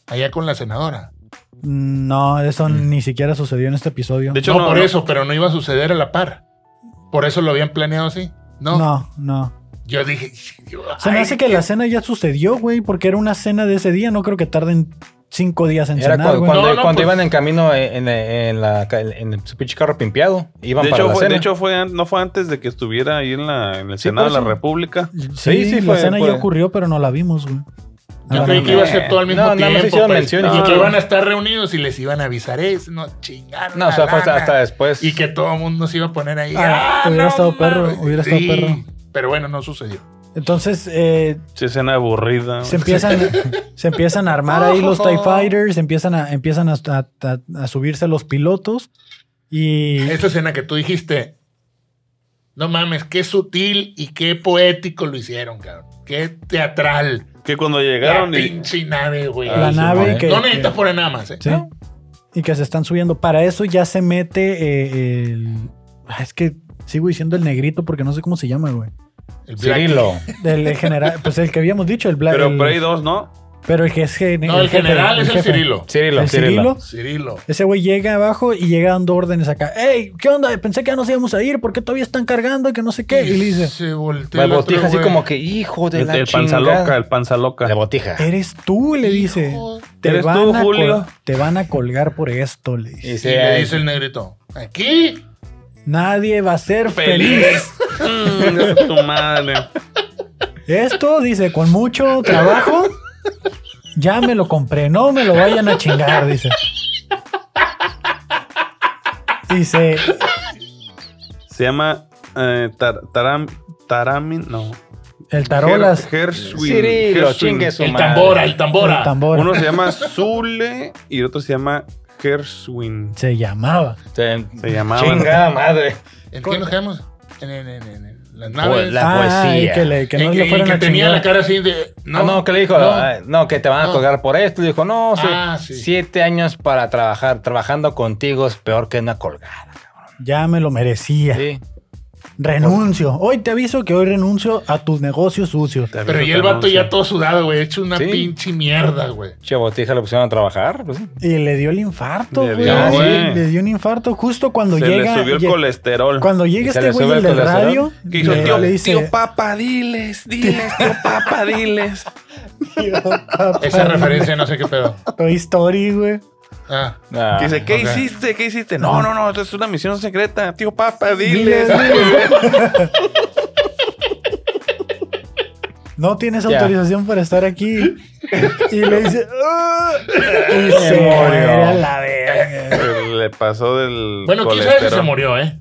Allá con la senadora.
No, eso ni siquiera sucedió en este episodio.
Mm. De hecho,
no,
no,
por
no.
eso, pero no iba a suceder a la par. Por eso lo habían planeado así. No,
no, no. no.
yo dije.
Se me
ay,
hace que la cena ya sucedió, güey, porque era una cena de ese día. No creo que tarden cinco días en
Era
cenar,
cuando,
güey.
cuando-
No, no,
cuando
pues-
iban en camino en, en- en la, ca- en su pinche carro pimpeado. Iban
De
para
hecho,
la
fue,
cena.
de hecho fue, an- no fue antes de que estuviera ahí en, la, en el
Sí,
Senado de
por
la
eso.
República.
Sí,
Sí, sí,
la
fue-
cena
fue.
ya ocurrió, pero no la vimos, güey.
Yo
Ah,
creí
no.
que iba a ser todo al mismo
No, nada más
tiempo.
hicieron
pues,
mención y
y que
dijeron-
iban a estar reunidos y les iban a avisar eso. No, chingaron.
no, o sea,
la
fue hasta,
lana.
hasta después.
Y que todo el mundo se iba a poner ahí.
Ah, hubiera estado perro,
mames.
hubiera estado perro.
Pero bueno, no sucedió.
Entonces, eh,
Sí, escena aburrida.
se empiezan, se empiezan a armar ahí los TIE
Oh.
Fighters, empiezan a, empiezan a, a- a- a subirse los pilotos y
Esa escena que tú dijiste, no mames, qué sutil y qué poético lo hicieron, cabrón. Qué teatral.
Que cuando
La
llegaron y...
pinche nave, güey.
la
Ah, sí,
nave
madre.
que,
no
que-
necesitas poner nada más, ¿eh?
sí, y que se están subiendo. Para eso ya se mete eh, el... ah, Es que sigo diciendo el negrito porque no sé cómo se llama, güey.
El Black-
Cirilo.
El general, pues el que habíamos dicho, el Black.
Pero,
el-
pero hay dos, ¿no?
pero el que es gen-
No, el
jefe,
general es el
jefe.
Cirilo.
Cirilo,
¿El
Cirilo.
Cirilo?
Cirilo.
Ese güey llega abajo y llega dando órdenes acá. ¡Ey! ¿Qué onda? Pensé que ya nos íbamos a ir. ¿Por qué todavía están cargando? Y que no sé qué. Y le dice...
Se voltea.
La
el otro,
botija así
güey.
como que, hijo de
El,
la
el panza
chingada.
loca, el panza loca.
La botija.
Eres tú, le dice.
Hijo.
Te
¿Eres
van
tú,
a col-
Julio?
Te van a colgar por esto, le dice.
Y
Y
sí,
le
ahí-
dice el negrito. Aquí.
Nadie va a ser feliz.
¡Feliz! [LAUGHS] Mm, tu madre.
Esto, dice, con mucho trabajo. Ya me lo compré, no me lo vayan a chingar, dice. Dice,
Se llama eh, tar- taram, Taramin, no.
el tarolas,
Her- Hershwin.
Cirilo,
Hershwin.
chingue su
El
madre.
tambora, el tambora.
el tambor,
Uno se llama Zule y el otro se llama Hershwin.
se llamaba.
Se,
Se llamaba.
Chingada madre.
¿En qué nos quedamos? En, en- en- en- en las naves.
Pues la- poesía.
que, le- que no
En
le
que,
fueran
que
a
tenía
chingar.
la cara así de.
No, Ah, no, que le dijo,
no.
"Ay, no, que te van a
No.
colgar por esto. Y dijo, no, sí,
Ah, sí.
siete años para trabajar. Trabajando contigo es peor que una colgada.
Ya me lo merecía.
Sí.
Renuncio. Hoy te aviso que hoy renuncio a tus negocios sucios.
Te aviso,
Pero y
te
el vato
anuncio.
ya todo sudado, güey. Hecho una
Sí.
pinche mierda, güey.
Che, botija le pusieron a trabajar. pues, sí.
Y le dio el infarto,
Le
güey. Ah,
dio,
Sí,
güey.
Le dio un infarto justo cuando
Se
llega.
le subió el
lle-
colesterol.
Cuando llega
¿Y se
este
le
güey
sube
del
el colesterol?
radio,
¿Qué hizo el
le,
tío?
le dice,
Tío papá, diles, diles, tío
[LAUGHS]
papá, diles.
[LAUGHS] Tío, papá,
[LAUGHS]
Esa referencia no sé qué pedo.
Toy Story, güey.
[LAUGHS]
Ah.
Ah,
Dice, ¿qué
ok.
hiciste? ¿Qué hiciste? No, no, no, esto es una misión secreta. Tío Papa, diles.
No tienes
Ya.
autorización para estar aquí. Y le dice, "Ah",
[LAUGHS]
y
Se
se
murió.
muere a la verga.
Pero Le pasó del
Bueno, quién sabe si se murió, ¿eh?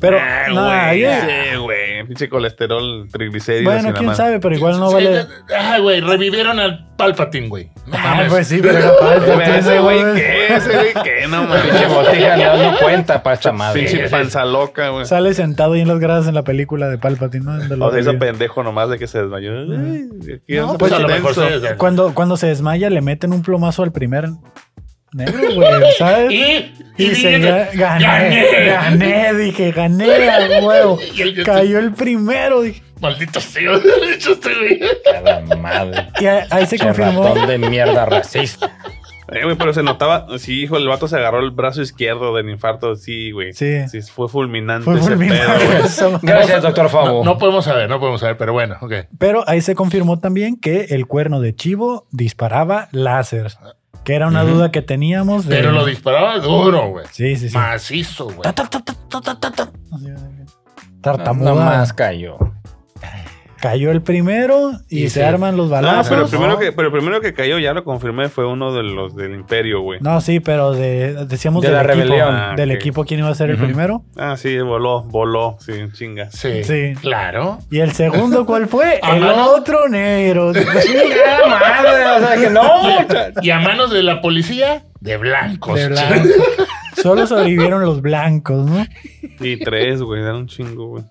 Pero,
Ah,
nada,
güey,
ya.
sí, güey. Pinche colesterol, triglicéridos. y
bueno,
la
quién
madre.
sabe, pero igual no
Sí,
vale.
Ah, güey, revivieron al Palpatine, güey. No
Ah,
mames.
pues sí, pero capaz,
Pero
entonces,
[LAUGHS] Ese güey, ¿qué? Ese güey, ¿qué? No
Pinche
mames.
botija no, no cuenta para esta madre.
Pinche panza loca, güey.
Sale sentado ahí en las gradas en la película de Palpatine, ¿no? De los
O sea, ese
reviews.
pendejo nomás de que se desmayó. Ay, aquí
No,
anda
Pues a lo
tenso.
mejor se-
Cuando, cuando se desmaya, le meten un plomazo al primer negro, güey, ¿sabes?
Y,
Y,
y
se
dije,
ga- gané, gané, dije, gané a huevo.
Y el-
Cayó el primero, dije.
Maldito sea, [LAUGHS] de hecho, este güey.
A la madre.
Y a- ahí se
Che,
confirmó.
ratón de mierda racista.
Eh, güey, pero se notaba. Sí, hijo, el vato se agarró el brazo izquierdo del infarto. Sí, güey.
Sí.
fue fulminante
Fue
ese pedo, güey.
fulminante eso.
Gracias, doctor Favo.
Oh.
No, no podemos saber, no podemos saber, pero bueno, ok.
[LAUGHS] Pero ahí se confirmó también que el cuerno de chivo disparaba láser. Que era una duda que teníamos. de-
Pero lo disparaba duro, güey.
Sí, sí, sí.
Macizo, güey.
Ta, ta, ta, ta, ta, ta, ta, ta.
No,
Tartamuda.
más cayó.
Cayó el primero y
Y
se
sí.
arman los
Ah,
[LAUGHS] balazos.
pero,
No,
el primero que, pero el primero que cayó, ya lo confirmé, fue uno de los del Imperio, güey.
sí, pero de- decíamos
De
del
la
equipo,
rebelión.
Ah,
del
ok.
equipo quién iba a ser el
Ujú.
primero.
Ah, sí, voló, voló, sí, chingas.
Sí,
Sí.
Claro.
Y el segundo, ¿cuál fue?
[LAUGHS] Ah,
el
no.
otro negro. [LAUGHS]
Chingada madre. O sea, que no. [LAUGHS]
Y a manos de la policía, de blancos.
De blanco. Solo sobrevivieron los blancos, ¿no?
Y tres, güey, era un chingo, güey.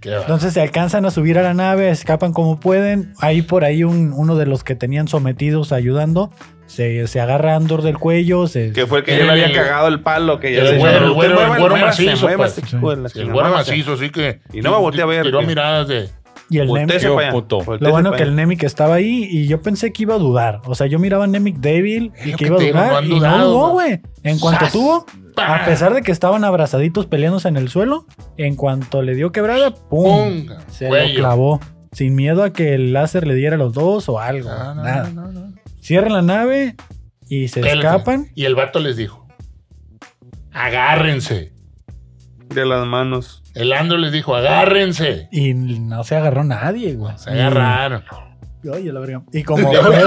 Qué va.
Entonces se alcanzan a subir a la nave, escapan como pueden. Ahí por ahí un- uno de los que tenían sometidos ayudando se, se agarra a Andor del cuello. Se,
Que fue el que
El-
ya le había cagado el palo, que ya
el
le
güero,
decía,
el güero, el
"Usted mueva, este
güero
muévase,
macizo,
muévase,
pues.
hijo de la
Sí, el
chingada,
güero
muévase".
macizo, así que.
Y no me volteé a ver,
Tiró
que-
miradas de.
Y el Nemic.
Voltéese
Yo,
para allá,
puto.
voltéese
Lo bueno
para
que el
allá.
Nemic estaba ahí y yo pensé que iba a dudar. O sea, yo miraba a Nemic débil
Es
y
lo
que
que
iba a
te digo,
dudar.
no han
y no
dudado,
dudó,
güey.
güey. En cuanto
¡Sas!
tuvo,
¡Pah! [LAUGHS]
a pesar de que estaban abrazaditos peleándose en el suelo, en cuanto le dio quebrada, ¡pum!
¡Pum!
Se
Cuello.
lo clavó. Sin miedo a que el láser le diera a los dos o algo.
No, no,
nada.
no, no, no.
Cierran la nave y se
Espérate.
escapan.
Y el vato les dijo: agárrense.
De las manos.
El Andro les dijo: agárrense.
Y no se agarró nadie, güey.
Mm.
Se agarraron. [LAUGHS]
Y, Ay, a la verga. Y como fue-
Estoy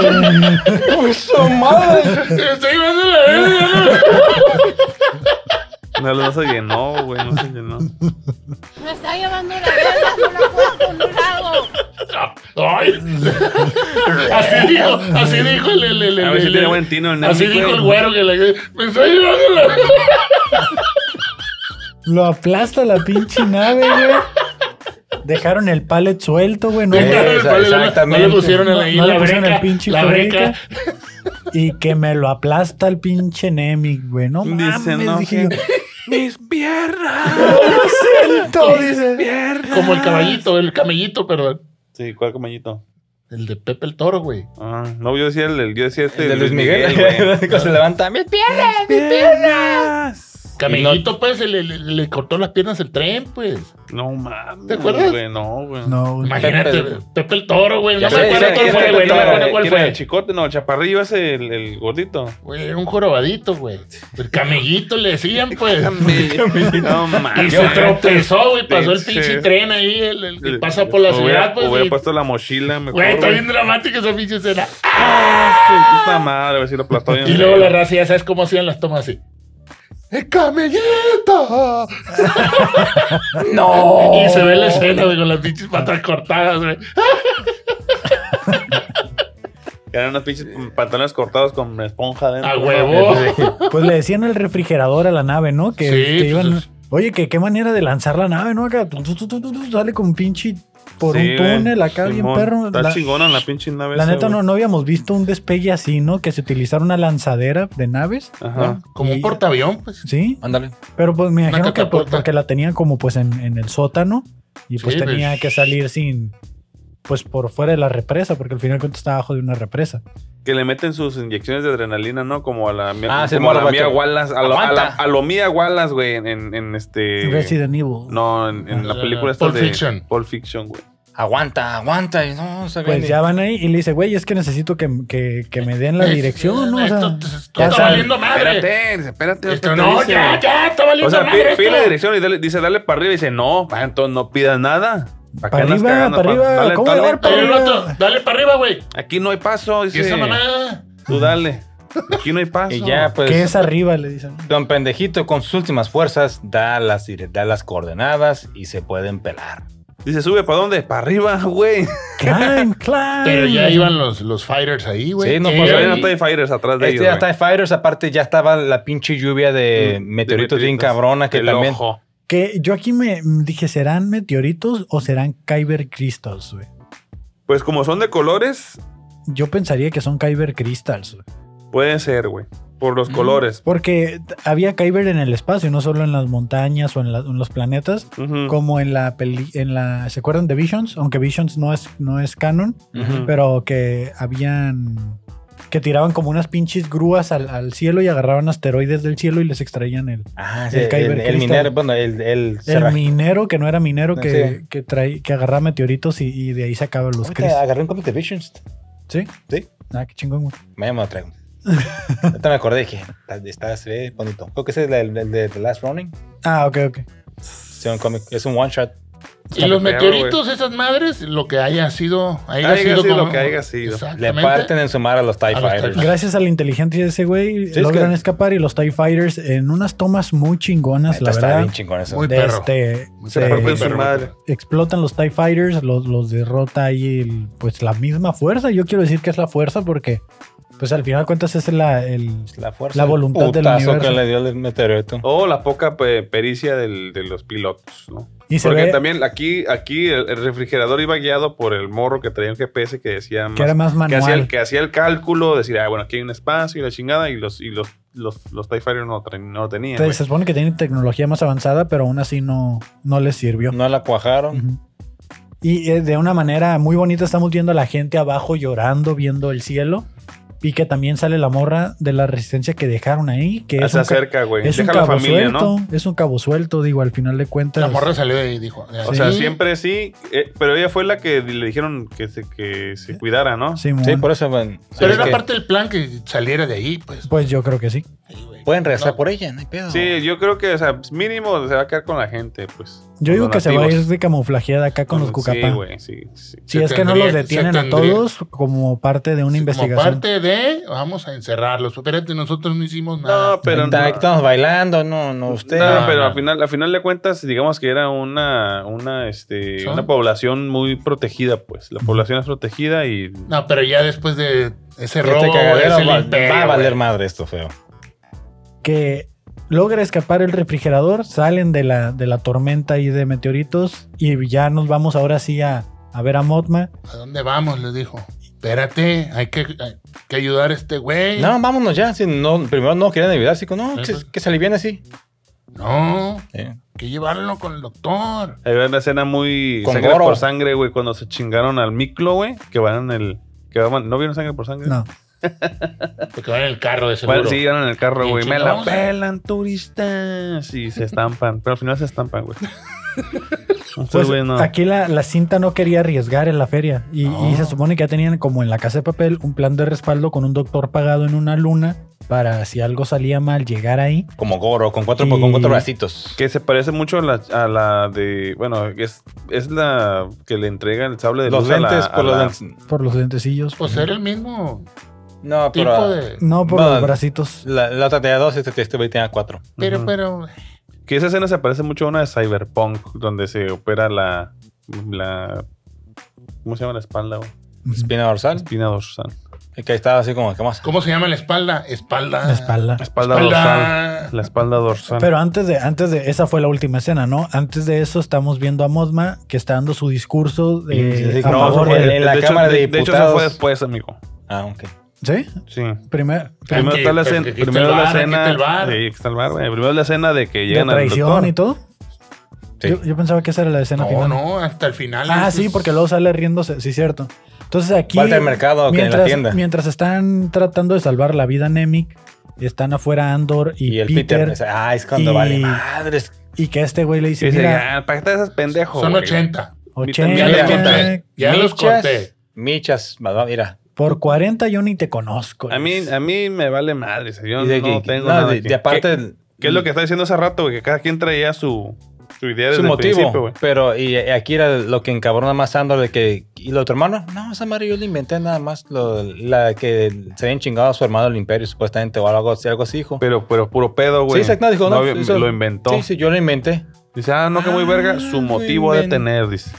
viendo la verga.
No, no se llenó, güey, no se
[LAUGHS]
llenó.
Me está llevando la verga, no la puedo con un lado.
[LAUGHS]
Ay. Así dijo, así dijo el. el, el-
A ver
el-
si tiene
el-
buen tino el Nemic,
Así dijo
güey.
el güero que le. Me estoy llevando la
[LAUGHS]
verga.
Lo aplasta la pinche nave, güey. Dejaron el palet suelto, güey. No,
Eh,
No le- no le-
exactamente.
No le pusieron en
No-
la,
no le
la
pusieron
breca,
el pinche
la breca.
y que me lo aplasta el pinche Nemic, güey. No mames,
Dice, no,
dije yo.
que-
Mis piernas.
"Se
[LAUGHS]
Todo dice.
Como el caballito, el camellito, perdón.
Sí, ¿cuál compañito?
El de Pepe el Toro, güey.
Ah, no, yo decía el, del- yo decía este.
El de Luis Miguel,
[LAUGHS]
güey.
güey. se levanta. ¡Mis piernas! ¡Mis piernas!
Camellito, pues, le, le- le cortó las piernas el tren, pues.
No mames.
¿Te acuerdas?
Güey, no, güey.
No, güey.
Imagínate,
Pepe-
Pepe, el Toro, güey. No
Ya
me
sé,
acuerdo
sé
cuál
quién
fue,
es
güey. No me
Pepe
acuerdo
Toro,
cuál
¿Quién era el
fue.
chicote? No, el chaparrillo ese, el, el gordito.
Güey, era un jorobadito, güey. El camellito le decían, pues.
[LAUGHS] no mames.
Y se tropezó, güey. Pasó el
Sí.
pinche tren ahí, el, el que pasa por la ciudad,
Hubiera-
pues.
Hubiera
y-
puesto la mochila mejor.
Güey, está
güey.
bien dramática esa pinche escena.
Ah, su puta madre, a ver si lo aplastó bien.
Y luego la raza, ya sabes cómo hacían las tomas así. ¡El [LAUGHS] camellito!
¡No!
Y se ve la escena, güey, con las pinches patas cortadas, güey.
Eran unos pinches pantalones cortados con esponja dentro.
A
[LAUGHS]
huevo.
Pues le decían el refrigerador a la nave, ¿no? Que,
Sí,
que
pues
iban.
es-
Oye, que qué manera de lanzar la nave, ¿no? Acá tu, tu, tu, tu, tu, tu, sale con pinche por
Sí,
un
güey.
túnel acá bien
Simón,
perro.
Está
La,
chingona la pinche nave.
la
esa,
neta no,
güey.
no habíamos visto un despegue así, ¿no? Que se utilizara una lanzadera de naves,
Ajá.
Como un portaavión, pues.
¿sí?
Ándale.
Pero pues me imagino que por-
catapulta.
porque la tenían como pues en, en el sótano y pues
Sí,
tenía
pues.
que salir sin pues por fuera de la represa, porque al final cuento estaba abajo de una represa.
Que le meten sus inyecciones de adrenalina, ¿no? Como a la,
Ah, sí,
como a la
morro,
Mia
que-
Wallace. A, lo- a la,
Aguanta.
a lo Mia Wallace, güey, en, en, en este.
Resident Evil.
No, en, en la
Ah,
película esta
Pulp
de
Fiction.
Pulp Fiction, güey.
Aguanta, aguanta. Y no, se
Pues
ve.
ya van ahí y le dice, güey, es que necesito que, que- que me den la dirección, ¿no? O sea,
esto, esto
ya
está
saben.
valiendo madre.
Espérate, espérate.
Ah, Esto no, ya, ya, está valiendo
O sea, pi-
madre.
pide la
esto.
dirección y dale- dice, dale para arriba. Y dice, no, pa, entonces no pidas nada. ¿Pa' qué
Para
andas
arriba,
cagando?
para
Pa-
arriba,
dale,
¿cómo
dale
llevar
pa'
para
Oye, el
arriba.
vato, dale para arriba, güey.
Aquí no hay paso.
Y
Dice,
esa mamada.
tú dale. Aquí
[LAUGHS]
no hay paso.
Y ya, pues.
que es arriba, le dicen.
Don Pendejito, con sus últimas fuerzas, da las, dire- da las coordenadas y se pueden pelar.
Dice, sube, ¿para dónde? Para arriba, [LAUGHS] güey.
[LAUGHS]
Climb, climb.
Pero ya iban los, los fighters ahí, güey.
Sí, no,
Eh,
pues,
Pues
ahí
había
no
TIE Fighters atrás de
Este
ellos,
ya está de Fighters, aparte ya estaba la pinche lluvia de
Mm,
meteoritos
de
bien
meteoritos.
cabrona que
El
también.
ojo.
Que yo aquí me mm, dije, ¿serán meteoritos o serán Kyber Crystals, güey?
Pues como son de colores,
Yo pensaría que son Kyber Crystals, güey.
puede ser, güey. Por los colores.
Porque t- había Kyber en el espacio, no solo en las montañas o en, la- en los planetas,
Ujú.
como en la peli, en la, ¿se acuerdan de Visions? Aunque Visions no es, no es canon,
Ujú.
pero que habían, que tiraban como unas pinches grúas al, al cielo y agarraban asteroides del cielo y les extraían el,
Ah,
El
sí, el,
Kyber
el
Crystal.
minero, bueno, el, el,
el
serra-
minero que no era minero, que,
Sí.
que, traí- que agarraba meteoritos y, y de ahí sacaban los
Ahorita
cristales.
agarré un cómic de Visions.
¿Sí?
Sí.
Ah, qué chingón, güey.
Mañana me
[LAUGHS]
lo traigo. Ahorita me acordé dije, está, está- se ve bonito. Creo que ese es el, el de The Last Running.
Ah, ok, ok.
Sí, un cómic, es un one shot.
Y los
Está perro,
meteoritos, esas madres, lo que haya sido. Haya,
Haya
sido,
sido
como-
lo que haya sido.
Le
Exactamente.
parten en su mar a los TIE
A los TIE
Fighters.
Gracias a la inteligencia de ese güey,
Sí, es
logran
que-
escapar y los TIE Fighters en unas tomas muy chingonas,
Neta,
la
está
verdad.
bien chingón eso.
Muy
de
perro.
este,
Muy
se-
perro,
Por
muy
su
perro.
madre.
explotan los TIE Fighters, los, los derrota ahí el- pues la misma fuerza. Yo quiero decir que es la fuerza porque pues al final de cuentas es la, el-
la fuerza.
La voluntad del
Putazo
universo.
que le dio el meteorito.
O la poca pe- pericia del- de los pilotos, ¿no?
y se
Porque
ve
también aquí, aquí el, el refrigerador iba guiado por el morro que traía un GPS que decía
que era más
que hacía el,
manual.
que hacía el cálculo, decir, ah, bueno, aquí hay un espacio y la chingada, y los, y los, los, los TIE Fighters no, tra- no lo tenían.
Entonces, se
güey.
supone que tienen tecnología más avanzada, pero aún así no, no les sirvió.
No la cuajaron.
Ujú. Y eh, de una manera muy bonita estamos viendo a la gente abajo llorando, viendo el cielo. Y que también sale la morra de la resistencia que dejaron ahí. Que
Ah,
es
se
un, ca-
acerca, güey.
es un
Deja la
cabo
familia,
suelto.
¿no?
Es un cabo suelto, digo, al final de cuentas.
La morra salió de ahí y dijo.
O sea,
"Sí".
siempre sí, eh, pero ella fue la que le dijeron que se, que se cuidara, ¿no?
Simón.
Sí, por eso. bueno,
Pero
es
era
que
parte del plan que saliera de ahí, pues.
Pues yo creo que sí.
Sí, güey.
Pueden regresar
No.
por ella, no hay pedo.
Sí, yo creo que, o sea, pues, mínimo se va a quedar con la gente, pues.
Yo
con
digo
los
que se va a ir
nativos.
de camuflajeada acá con los
Sí,
cucapá.
güey, sí, sí.
si
Se
es que no los
tendría-
detienen
se
a
tendría-
todos como parte de
Sí, Como
una investigación.
parte de, vamos a encerrarlos. Espérate, nosotros no pues, hicimos nada.
No, pero
Ahorita
no.
aquí estamos bailando, no, no usted.
No,
No,
pero
no.
al final, al final de cuentas, digamos que era una, una, este,
¿Son?
una población muy protegida, pues. La población es protegida y
No, pero ya después de ese
Este
robo,
cagadero
ese
va,
limpeo,
va a
güey.
valer madre esto feo.
que logra escapar el refrigerador, salen de la, de la tormenta y de meteoritos y ya nos vamos ahora sí a, a ver a Motma.
¿A dónde vamos? Les dijo. Espérate, hay que, hay que ayudar a este güey.
No, vámonos ya. Si no, primero no querían ayudar, así que no,
Sí,
que,
pues.
que se alivian así.
No.
Eh,
que llevarlo con el doctor.
Hay una escena muy
Con
sangre
Goro.
por sangre, güey, cuando se chingaron al miclo, güey, que van en el... Que van, ¿No vieron sangre por
Eh,
sangre?
No.
Porque va en el carro de seguro.
Bueno, Pues sí, iban en el carro,
Bien
güey. Me la
chingados.
pelan, turistas. Y se estampan. Pero al final se estampan, güey. Entonces,
Pues,
güey, no.
Aquí la, la cinta no quería arriesgar en la feria y, y se supone que ya tenían como en la casa de papel un plan de respaldo con un doctor pagado en una luna para si algo salía mal llegar ahí.
Como Goro, con cuatro,
Y-
con cuatro bracitos.
Que se parece mucho a la, a la de. Bueno, es, es la que le entrega el sable de
Los
luz a la-
lentes
a
por los
la-
lentes.
Por los lentecillos.
Pues era el mismo
No,
tipo
pero.
de.
No, por
Bueno.
los bracitos.
La, la otra tenía dos, este, este güey tenía cuatro.
Pero,
Ujú.
pero.
Que esa escena se parece mucho a una de Cyberpunk, donde se opera la. la ¿Cómo se llama la espalda, güey?
Espina dorsal.
Espina dorsal.
Y que ahí estaba así como, ¿qué más?
¿Cómo se llama la espalda? Espalda.
La espalda.
Ah, La espalda,
Espalda.
dorsal. La espalda dorsal.
Pero antes de, antes de, esa fue la última escena, ¿no? Antes de eso estamos viendo a Mosma que está dando su discurso
Sí, sí,
de,
sí,
a
no,
favor
eso fue
de-
en la
hecho-
Cámara de
de hecho, eso fue
Diputados.
después, amigo.
Ah, ok.
¿Sí?
Sí.
Primero,
Primero
que-
está la
que-
escena.
que quita
Primero
el
la
bar,
escena.
quita el bar.
Sí, que está el bar, güey. Primero la escena de que
de
llegan al
traición
doctor.
y todo.
Sí.
Yo, yo pensaba que esa era la escena
No,
final.
no, hasta el final.
Ah,
Eso
sí,
es-
porque luego sale riéndose, sí, cierto. Entonces aquí.
Falta el mercado que en la
mientras,
tienda.
mientras están tratando de salvar la vida a Nemic, están afuera Andor y,
Y el Peter.
Peter.
ese- ah, es cuando
y-
vale madres.
y que este güey le dice:
Y dice,
Mira,
"Ah, ¿para qué estás esas pendejo?
Son
güey?"
80. Ya
80
Mira,
los
mira,
conté. Ya los
Michas,
conté.
Michas, mamá, mira.
por 40 yo ni te conozco.
A mí,
pues.
a mí me vale madre. o sea, Yo
Y de
no
que-
tengo
no,
nada
de,
que-
de aparte. mm,
¿Qué, qué es lo que está diciendo hace rato? güey? Que cada quien traía su, su idea desde
su
el principio,
motivo.
güey.
Pero y, y aquí era lo que encabrona más Andor de que. ¿Y lo de tu hermano? No, esa madre yo le inventé nada más. lo- la que se habían chingado a su hermano del Imperio, supuestamente, o algo así, algo así, hijo.
Pero, pero puro pedo,
sí,
güey.
exacto, dijo, no.
había-
eso-
lo inventó.
Sí, sí, yo lo inventé.
Dice, ah, no, que muy verga.
Ah,
Su motivo
lo
ha de
inventó.
tener, dice.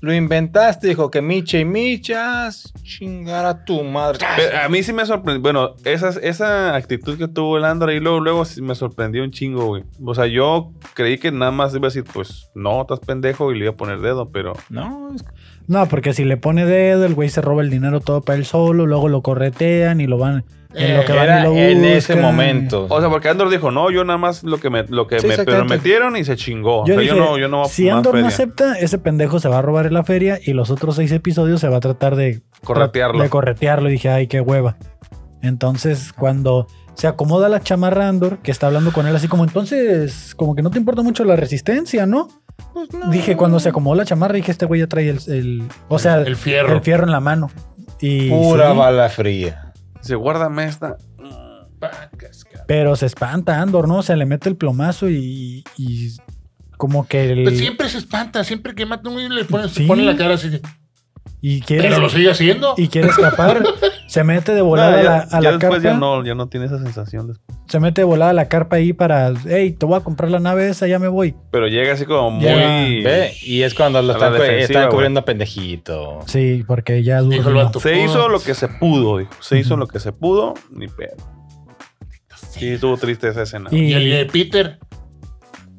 Lo inventaste, dijo que Miche y Michas chingar a tu madre.
Pero a mí sí me sorprendió. Bueno, esas, esa actitud que tuvo el Andor ahí luego, luego sí me sorprendió un chingo, güey. O sea, yo creí que nada más iba a decir, pues no, estás pendejo y le iba a poner dedo, pero.
No, es-
No, porque si le pone dedo, el güey se roba el dinero todo para él solo, luego lo corretean y lo van. en
Eh,
lo que van y
era
lo
en ese
buscan.
momento.
O sea, porque Andor dijo, no, yo nada más lo que me, lo que
Sí,
me pero
exactamente.
metieron y se chingó.
Yo
o sea,
dije,
yo no, yo no voy a
si
más
Andor no
feria.
acepta, ese pendejo se va a robar la feria y los otros seis episodios se va a tratar de
Corretearlo.
De corretearlo. Y dije, ay, qué hueva. Entonces, cuando se acomoda la chamarra Andor, que está hablando con él así como, entonces, como que no te importa mucho la resistencia, ¿no? Dije, cuando se acomodó la chamarra, dije, este güey ya trae el, el- o sea,
El fierro.
el fierro en la mano. Y
Pura
sí,
bala fría.
Dice, guárdame esta.
pero se espanta Andor, ¿no? O sea, le mete el plomazo y, y como que el-
Pues siempre se espanta, siempre que mata un güey le pone, se
Sí.
pone la cara así.
y quiere,
Pero lo sigue haciendo.
y quiere
[LAUGHS]
escapar. se mete de volada
No,
a
ya,
la, a
ya
la
después
carpa.
ya no, ya no tiene esa sensación. después.
Se mete de volada a la carpa ahí para, hey, te voy a comprar la nave esa, ya me voy.
Pero llega así como muy.
Ya.
Ve, Y es cuando lo
A la
están, cu-
defensiva,
están
güey.
cubriendo pendejito.
Sí, porque ya
Dijo el
durmió.
vato,
Se hizo
"Puta".
lo que se pudo, dijo. Se hizo
Ujú.
lo que se pudo, ni pedo. Sí, estuvo triste esa escena.
Y el
Y,
de Peter.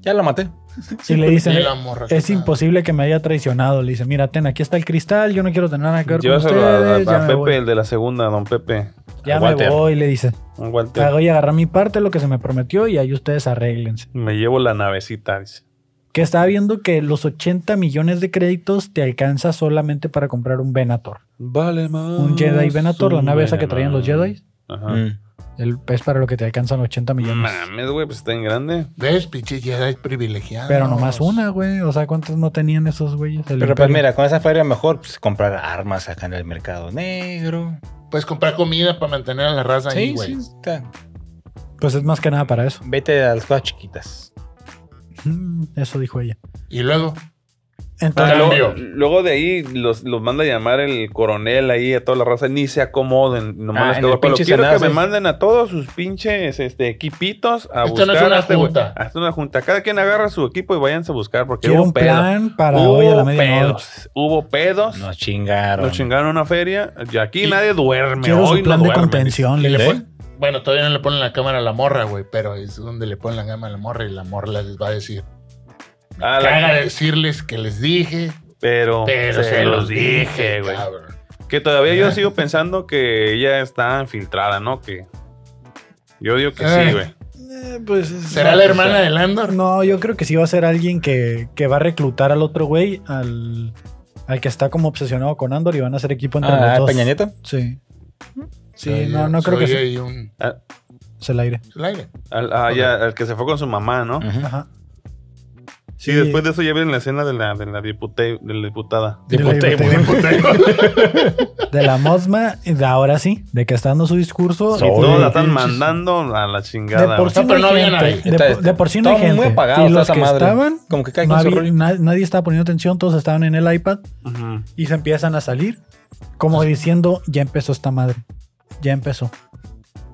Ya lo maté.
y le
Y
dicen,
la morra.
es imposible que me haya traicionado. Le dicen, mira, ten, aquí está el cristal, yo no quiero tener nada que ver con
Llévaselo a, a-
ustedes.
a
ya me
Pepe,
voy.
el de la segunda, don Pepe.
Ya me
Walter.
voy, le dice.
Un Walter.
Te voy a agarrar mi parte, lo que se me prometió, y ahí ustedes arréglense.
Me llevo la navecita, dice.
Que estaba viendo que los 80 millones de créditos te alcanza solamente para comprar un Venator.
Vale, más.
Un Jedi Venator, la
un
nave esa que
vale
traían los
más.
Jedi.
Ajá.
Mm.
El, es para lo que te alcanzan 80 millones.
Mames, güey, pues está en grande.
¿Ves, pinche Jedi privilegiado?
Pero nomás una, güey. O sea, ¿cuántos no tenían esos güeyes? del
Pero pues
Imperio?
mira, con esa feria mejor pues, comprar armas acá en el mercado negro.
Puedes Pues comprar comida para mantener a la raza ahí,
Sí,
güey.
sí, está.
Pues es más que nada para eso. [LAUGHS]
Vete a las cosas chiquitas.
Mm, Eso dijo ella.
Y luego,
Entonces,
Para
Luego,
Cambio.
luego de ahí los, los manda a llamar el coronel ahí a toda la raza, ni se acomoden, nomás
Ah,
les
en
quedó
el
palo.
pinche
Quiero
Senado,
que me
sí.
manden a todos sus pinches este, equipitos a
Esto no
buscar.
es una
a este güey.
junta.
Ah, esto es una junta. Cada quien agarra su equipo y váyanse a buscar porque
quiero
Ah, hubo
un
pedo.
plan para
hubo
hoy a la medianoche.
pedos. Hubo pedos.
Nos chingaron.
Nos chingaron una feria. Y aquí
Y-
nadie duerme.
Quiero
Hoy
su plan
no
de
duermen.
contención. Eh,
¿Y
le
le
dice.
pon- ¿Eh? bueno, todavía no le ponen la cámara a la morra, güey, pero es donde le ponen la cámara a la morra y la morra les va a decir.
A Ah, la-
Caga decirles que les dije,
Pero,
pero se, los dije, güey. cabrón.
Que todavía yo sigo pensando que ella está infiltrada, ¿no? Que yo digo que sí,
Eh.
güey.
Eh, pues,
¿Será la hermana de Landor?
No, yo creo que sí va a ser alguien que, que va a reclutar al otro güey, al, al que está como obsesionado con Andor y van a hacer equipo entre
Ah,
los dos.
Peña Nieto.
Sí. Sí,
Soy-
no, no creo
soy
que sea
ahí un-
sea el aire.
el aire.
Al, ah, ya, al que se fue con su mamá, ¿no?
Mm.
Ujú.
Ajá.
Sí, después de eso ya viene la escena de la, de la, dipute- de la diputada.
De la
Diputemos, [LAUGHS]
diputemos.
diputemos.
De la Mosma, de ahora sí, de que está dando su discurso.
Soy-
de-
No, la
de
están mandando a la chingada.
por sí
No, pero
no hay
no había nadie.
gente. De,
Entonces,
por- de por sí no hay
estaba
gente.
muy apagado
y
toda
los
esa
que
madre.
estaban,
Como que cada
no
quien su
había-
rollo.
na- nadie estaba poniendo atención, todos estaban en el iPad
güey. Ujú.
y se empiezan a salir, como diciendo, ya empezó esta madre, ya empezó.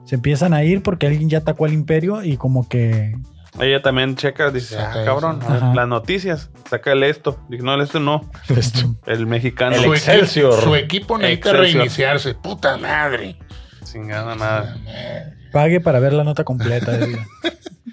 Se empiezan a ir porque alguien ya atacó al imperio y como que...
Ella también checa, dice,
Saca
ah, cabrón,
eso.
a ver,
Ajá.
las noticias, saca el esto. Dije, no, el esto no, el mexicano.
El
Su equi-
Excelsior.
Su equipo necesita
Excelsior. Ah.
reiniciarse. Puta madre.
Chingada madre.
Pague para ver la nota completa. decía.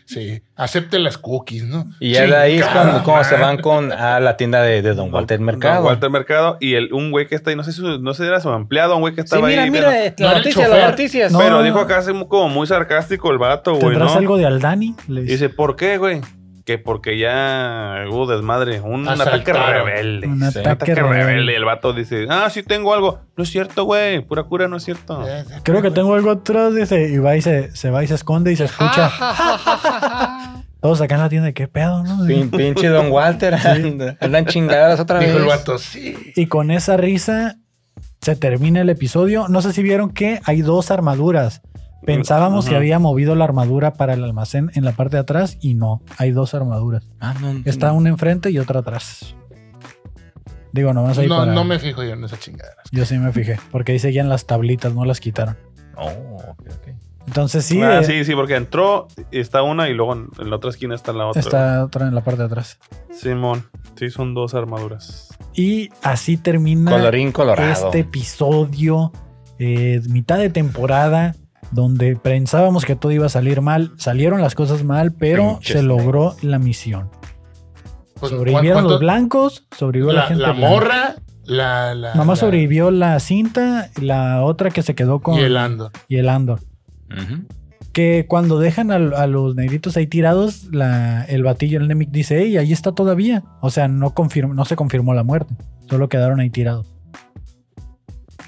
Sí, acepte las cookies, ¿no?
Y ya de ahí es
Chingada
cuando, cuando se
madre.
van con a la tienda de, de Don Walter Mercado.
Don Walter Mercado y el, un güey que está ahí, no sé si su- no sé si era su empleado, un güey que
Sí,
estaba
mira,
ahí.
mira,
viendo.
eh,
No era
las
el
noticias,
chofer.
las noticias.
No.
Pero dijo acá así como muy sarcástico el vato, güey,
¿Tendrás
¿no?
algo de Aldani? Le
Y
dice.
dice, ¿por qué, güey? Que porque ya hubo desmadre, un ataque
Asaltaron.
rebelde.
Un
Sí.
ataque rebelde.
rebelde. El vato dice, ah, sí tengo algo. No es cierto, güey, pura cura, no es cierto.
Eh,
Creo que tengo algo atrás, dice, y va y se, se va y se esconde y
[LAUGHS]
se escucha. [LAUGHS] Todos acá en la tienda, ¿qué pedo, no?
Pin- pinche Don Walter. anda- [LAUGHS] Andan chingadas otra vez.
Dijo el vato, sí.
Y con esa risa se termina el episodio. No sé si vieron que hay dos armaduras. Pensábamos que
Ujú.
había movido la armadura para el almacén en la parte de atrás y no, hay dos armaduras.
Ah, no, no.
Está una enfrente y otra atrás. Digo, nomás ahí
No,
para-
no me fijo yo en esa chingadera.
Yo sí me fijé, porque ahí seguían las tablitas, no las quitaron.
Oh, ok, ok.
Entonces sí,
Ah,
eh,
sí, sí, porque entró, está una y luego en en la otra esquina está la otra.
está otra en la parte de atrás.
Simón, sí, son dos armaduras.
Y así termina
Colorín colorado.
este episodio, eh, mitad de temporada, donde pensábamos que todo iba a salir mal. Salieron las cosas mal, pero
Pinches
se logró la misión.
Pues,
sobrevivieron
¿cuánto-
los blancos, sobrevivió la,
La,
gente.
la
blanca.
morra, la. la
Nomás
la-
sobrevivió la cinta, la otra que se quedó con
Y el Andor.
y el Andor.
Ujú.
Que cuando dejan a, a los negritos ahí tirados, la, el batillo, el Nemic dice, hey, ahí está todavía. O sea, no, confirm- no se confirmó la muerte. Solo quedaron ahí tirados.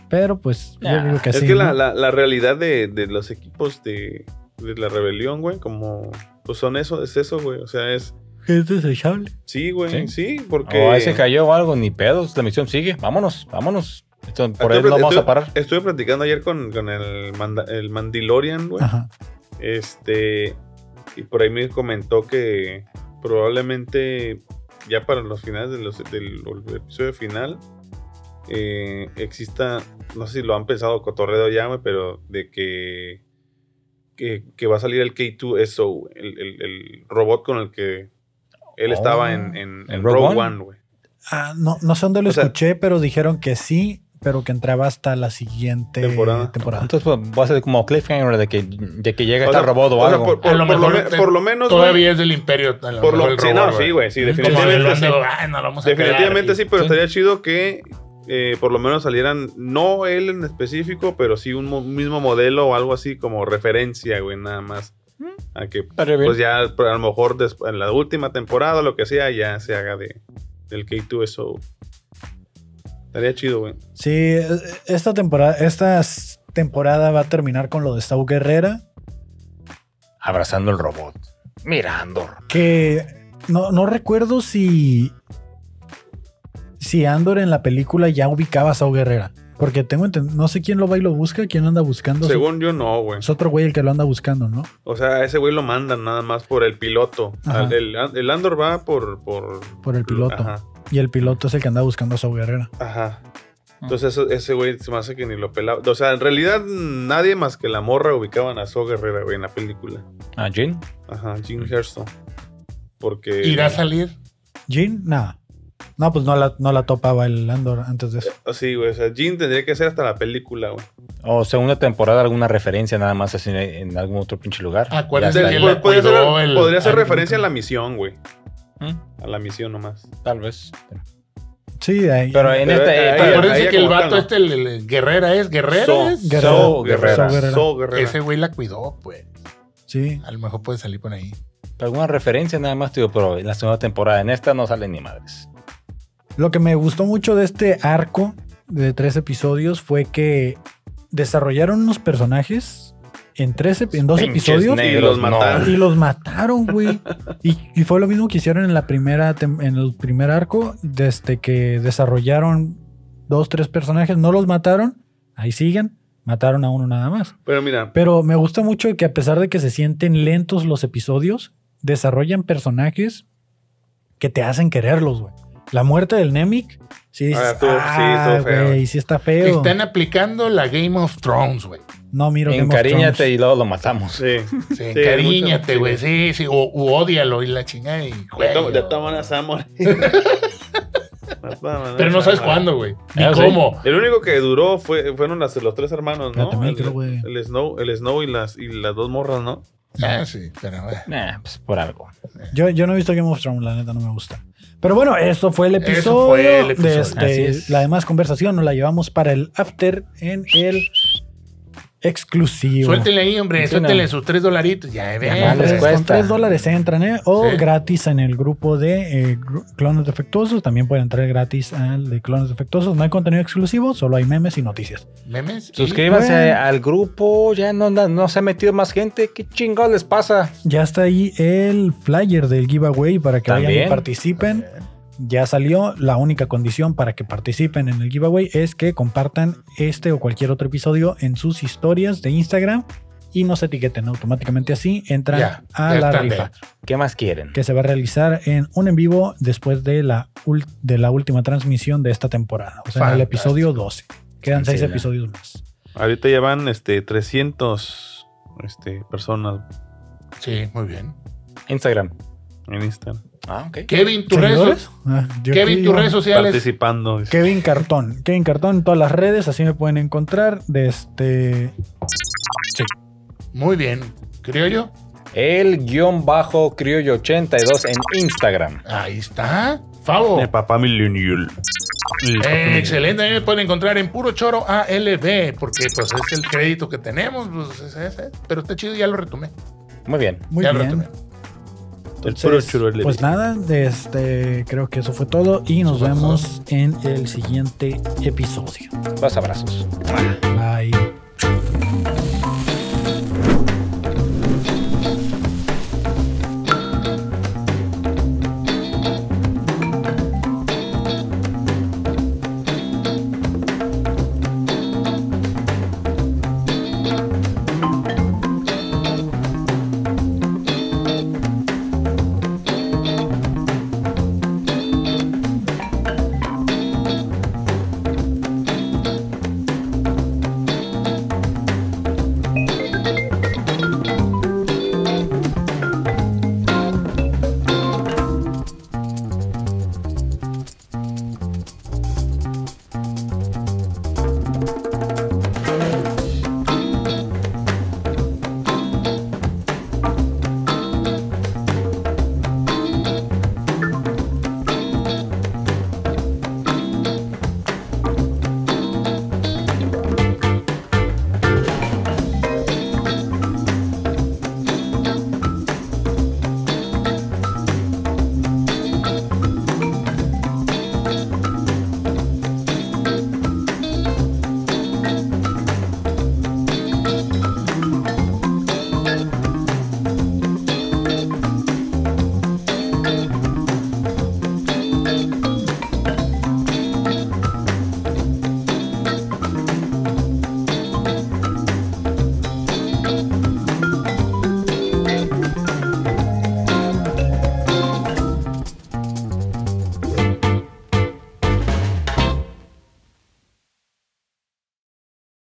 Pero pues, yo
Ah,
digo que
es
sí.
que
¿no?
la, la- la realidad de, de los equipos de, de la rebelión, güey, como, pues son eso, es eso, güey. O sea, es,
Es desechable.
sí, güey, sí, porque...
O ahí se cayó o algo, ni pedos. La misión sigue. Vámonos, vámonos. Esto- por ahí
Estuve-
no vamos a
estuve-
parar.
Estuve platicando ayer con, con el, manda- el Mandalorian, güey.
Ajá.
Este, y por ahí me comentó que probablemente ya para los finales de los- del, del episodio final eh, exista, no sé si lo han pensado Cotorredo ya, güey, pero de que, que, que va a salir el K2SO, el, el, el robot con el que él
Oh,
estaba en, en,
¿en
en
Rogue
Rogue
One?
One, güey.
Ah, no, no sé dónde lo
O sea-
escuché, pero dijeron que sí, pero que entraba hasta la siguiente temporada.
Temporada.
Entonces pues, va a ser como cliffhanger de que, de que llega
O
este
sea,
robot o,
o sea,
algo.
por-
A lo
por lo
mejor
me- por lo menos, güey.
Todavía es del Imperio. a
Por lo-
mejor el
sí,
robot,
no, sí, güey, sí,
Como
definitivamente
el
sí.
Andor, "Ah, no lo vamos a cagar".
Definitivamente sí, pero
Sí.
estaría chido que eh, por lo menos salieran, no él en específico, pero sí un mo- mismo modelo o algo así como referencia, güey, nada más.
Mm.
A que
Estaría bien.
pues ya pero a lo mejor desp- en la última temporada, lo que sea, ya se haga de del K2 eso. Estaría chido, güey.
Sí, eh, esta temporada, esta s- temporada va a terminar con lo de Sau Guerrera,
Abrazando el robot. Mirando.
que no, no recuerdo si, si Andor en la película ya ubicaba a Sau Guerrera. Porque tengo enten- no sé quién lo va y lo busca, quién anda buscando.
Según yo, no, güey.
Es otro güey el que lo anda buscando, ¿no?
O sea, a ese güey lo mandan nada más por el piloto.
Ajá.
Al- El, el Andor va por. Por,
Por el piloto.
Ajá.
Y el piloto es el que anda buscando a Sau Guerrera.
Ajá. Entonces eso- ese güey se me hace que ni lo pelaba. O sea, en realidad nadie más que la morra ubicaban a So Guerrera, güey, en la película.
Ah, Jin.
Ajá, Jim Herston. Porque...
¿Irá a salir?
Jean, nada. No, pues no la, no la topaba el Andor antes de eso.
Ah, Sí, güey. O sea, Jim tendría que ser hasta la película, güey.
O segunda temporada, alguna referencia nada más así en, en algún otro pinche lugar.
Ah,
Acuérdate
Ya
que
está ahí.
la
podría ser,
cuidó el-
podría ser
el-
referencia a la misión, güey.
Mm,
A la misión nomás.
Tal vez.
Sí, de ahí.
Pero en
Pero
este,
esta.
ahí-
pero-
ahí-
Acuérdense eh, que el vato este,
aguantarlo.
el, el Guerrera es, Guerrera
So-
es.
Guerrera.
So Guerrera.
So Guerrera.
So Guerrera.
Ese güey la cuidó, pues.
Sí.
A lo mejor puede salir por ahí.
Alguna referencia nada más, tío, pero en la segunda temporada, en esta no salen ni madres.
Lo que me gustó mucho de este arco de tres episodios fue que desarrollaron unos personajes en, tres, ep- en dos
Pinches
episodios.
negros,
no.
mataron.
Y los mataron, güey. Y, y fue lo mismo que hicieron en la primera tem- en el primer arco, desde que desarrollaron dos, tres personajes, no los mataron, ahí siguen, mataron a uno nada más.
Pero mira,
Pero me gusta mucho que a pesar de que se sienten lentos los episodios, desarrollan personajes que te hacen quererlos, güey. La muerte del Nemic, sí dices,
Ah, estuvo- sí,
ah,
estuvo feo,
güey,
güey".
sí está feo.
Están aplicando la Game of Thrones, güey.
No miro Game of
Encariñate
Thrones.
y luego lo matamos.
sí.
Sí,
hay
encariñate,
mucho-
güey.
sí.
Sí, sí. O u ódialo y la chingada. Y, güey,
De to- de
no.
todas maneras, amor. Pero
Pero no sabes cuándo, güey. Ni
Ah, sí.
cómo.
El único que duró fue, fueron las, los tres hermanos, ¿no?
Espérate, me
el,
Ah, creo, güey.
el Snow, el Snow y las y las dos morras, ¿no?
Ah, sí, pero bueno.
Nah, pues por algo.
Yo, yo no he visto Game of Thrones, la neta no me gusta. Pero bueno, eso fue el episodio.
Eso fue el episodio.
de este-
Así es.
la demás conversación nos la llevamos para el after en el exclusivo.
Suéltele ahí, hombre.
Sí, no.
Suéltele sus tres dolaritos. Ya,
Ya,
vean.
les
Tres-
hombre.
cuesta.
con 3 dólares entran, ¿eh? O
Sí.
gratis en el grupo de eh, gru- clones defectuosos. También pueden entrar gratis al de clones defectuosos. No hay contenido exclusivo, solo hay memes y noticias.
Memes. y-
Suscríbanse
bueno.
al grupo, ya no, no, no se ha metido más gente. ¿Qué chingados les pasa?
Ya está ahí el flyer del giveaway para que vayan y
También.
participen. Ya salió. La única condición para que participen en el giveaway es que compartan este o cualquier otro episodio en sus historias de Instagram y nos etiqueten automáticamente así. Entran
Ya,
a
ya
la
están
rifa.
dentro.
¿Qué más quieren?
que se va a realizar en un en vivo después de la, ul- de la última transmisión de esta temporada, o sea, en el
Fantástico.
episodio 12. Quedan seis
Cancela.
episodios más.
Ahorita ya van este, 300 este, personas
Sí, muy bien.
Instagram.
en Instagram
Ah, ok.
Kevin, tus redes,
¿Seguidores?
so-
Ah, yo
Kevin,
aquí,
tus
yo-
redes sociales.
participando. dice.
Kevin Cartón. Kevin Cartón en todas las redes, así me pueden encontrar. De este...
Muy bien. ¿Creo yo?
El guión bajo criollo 82 en Instagram.
Ahí está. Favo.
De papá millennial.
Eh, excelente, ahí me pueden encontrar en Puro Choro ALB, porque pues es el crédito que tenemos, pues, es ese. pero está chido, ya lo retomé.
Muy bien.
Muy
ya lo
bien.
retomé.
El puro
Entonces,
churro.
pues nada, de este, creo que eso fue todo y nos vemos en el siguiente episodio.
Dos abrazos.
Bye.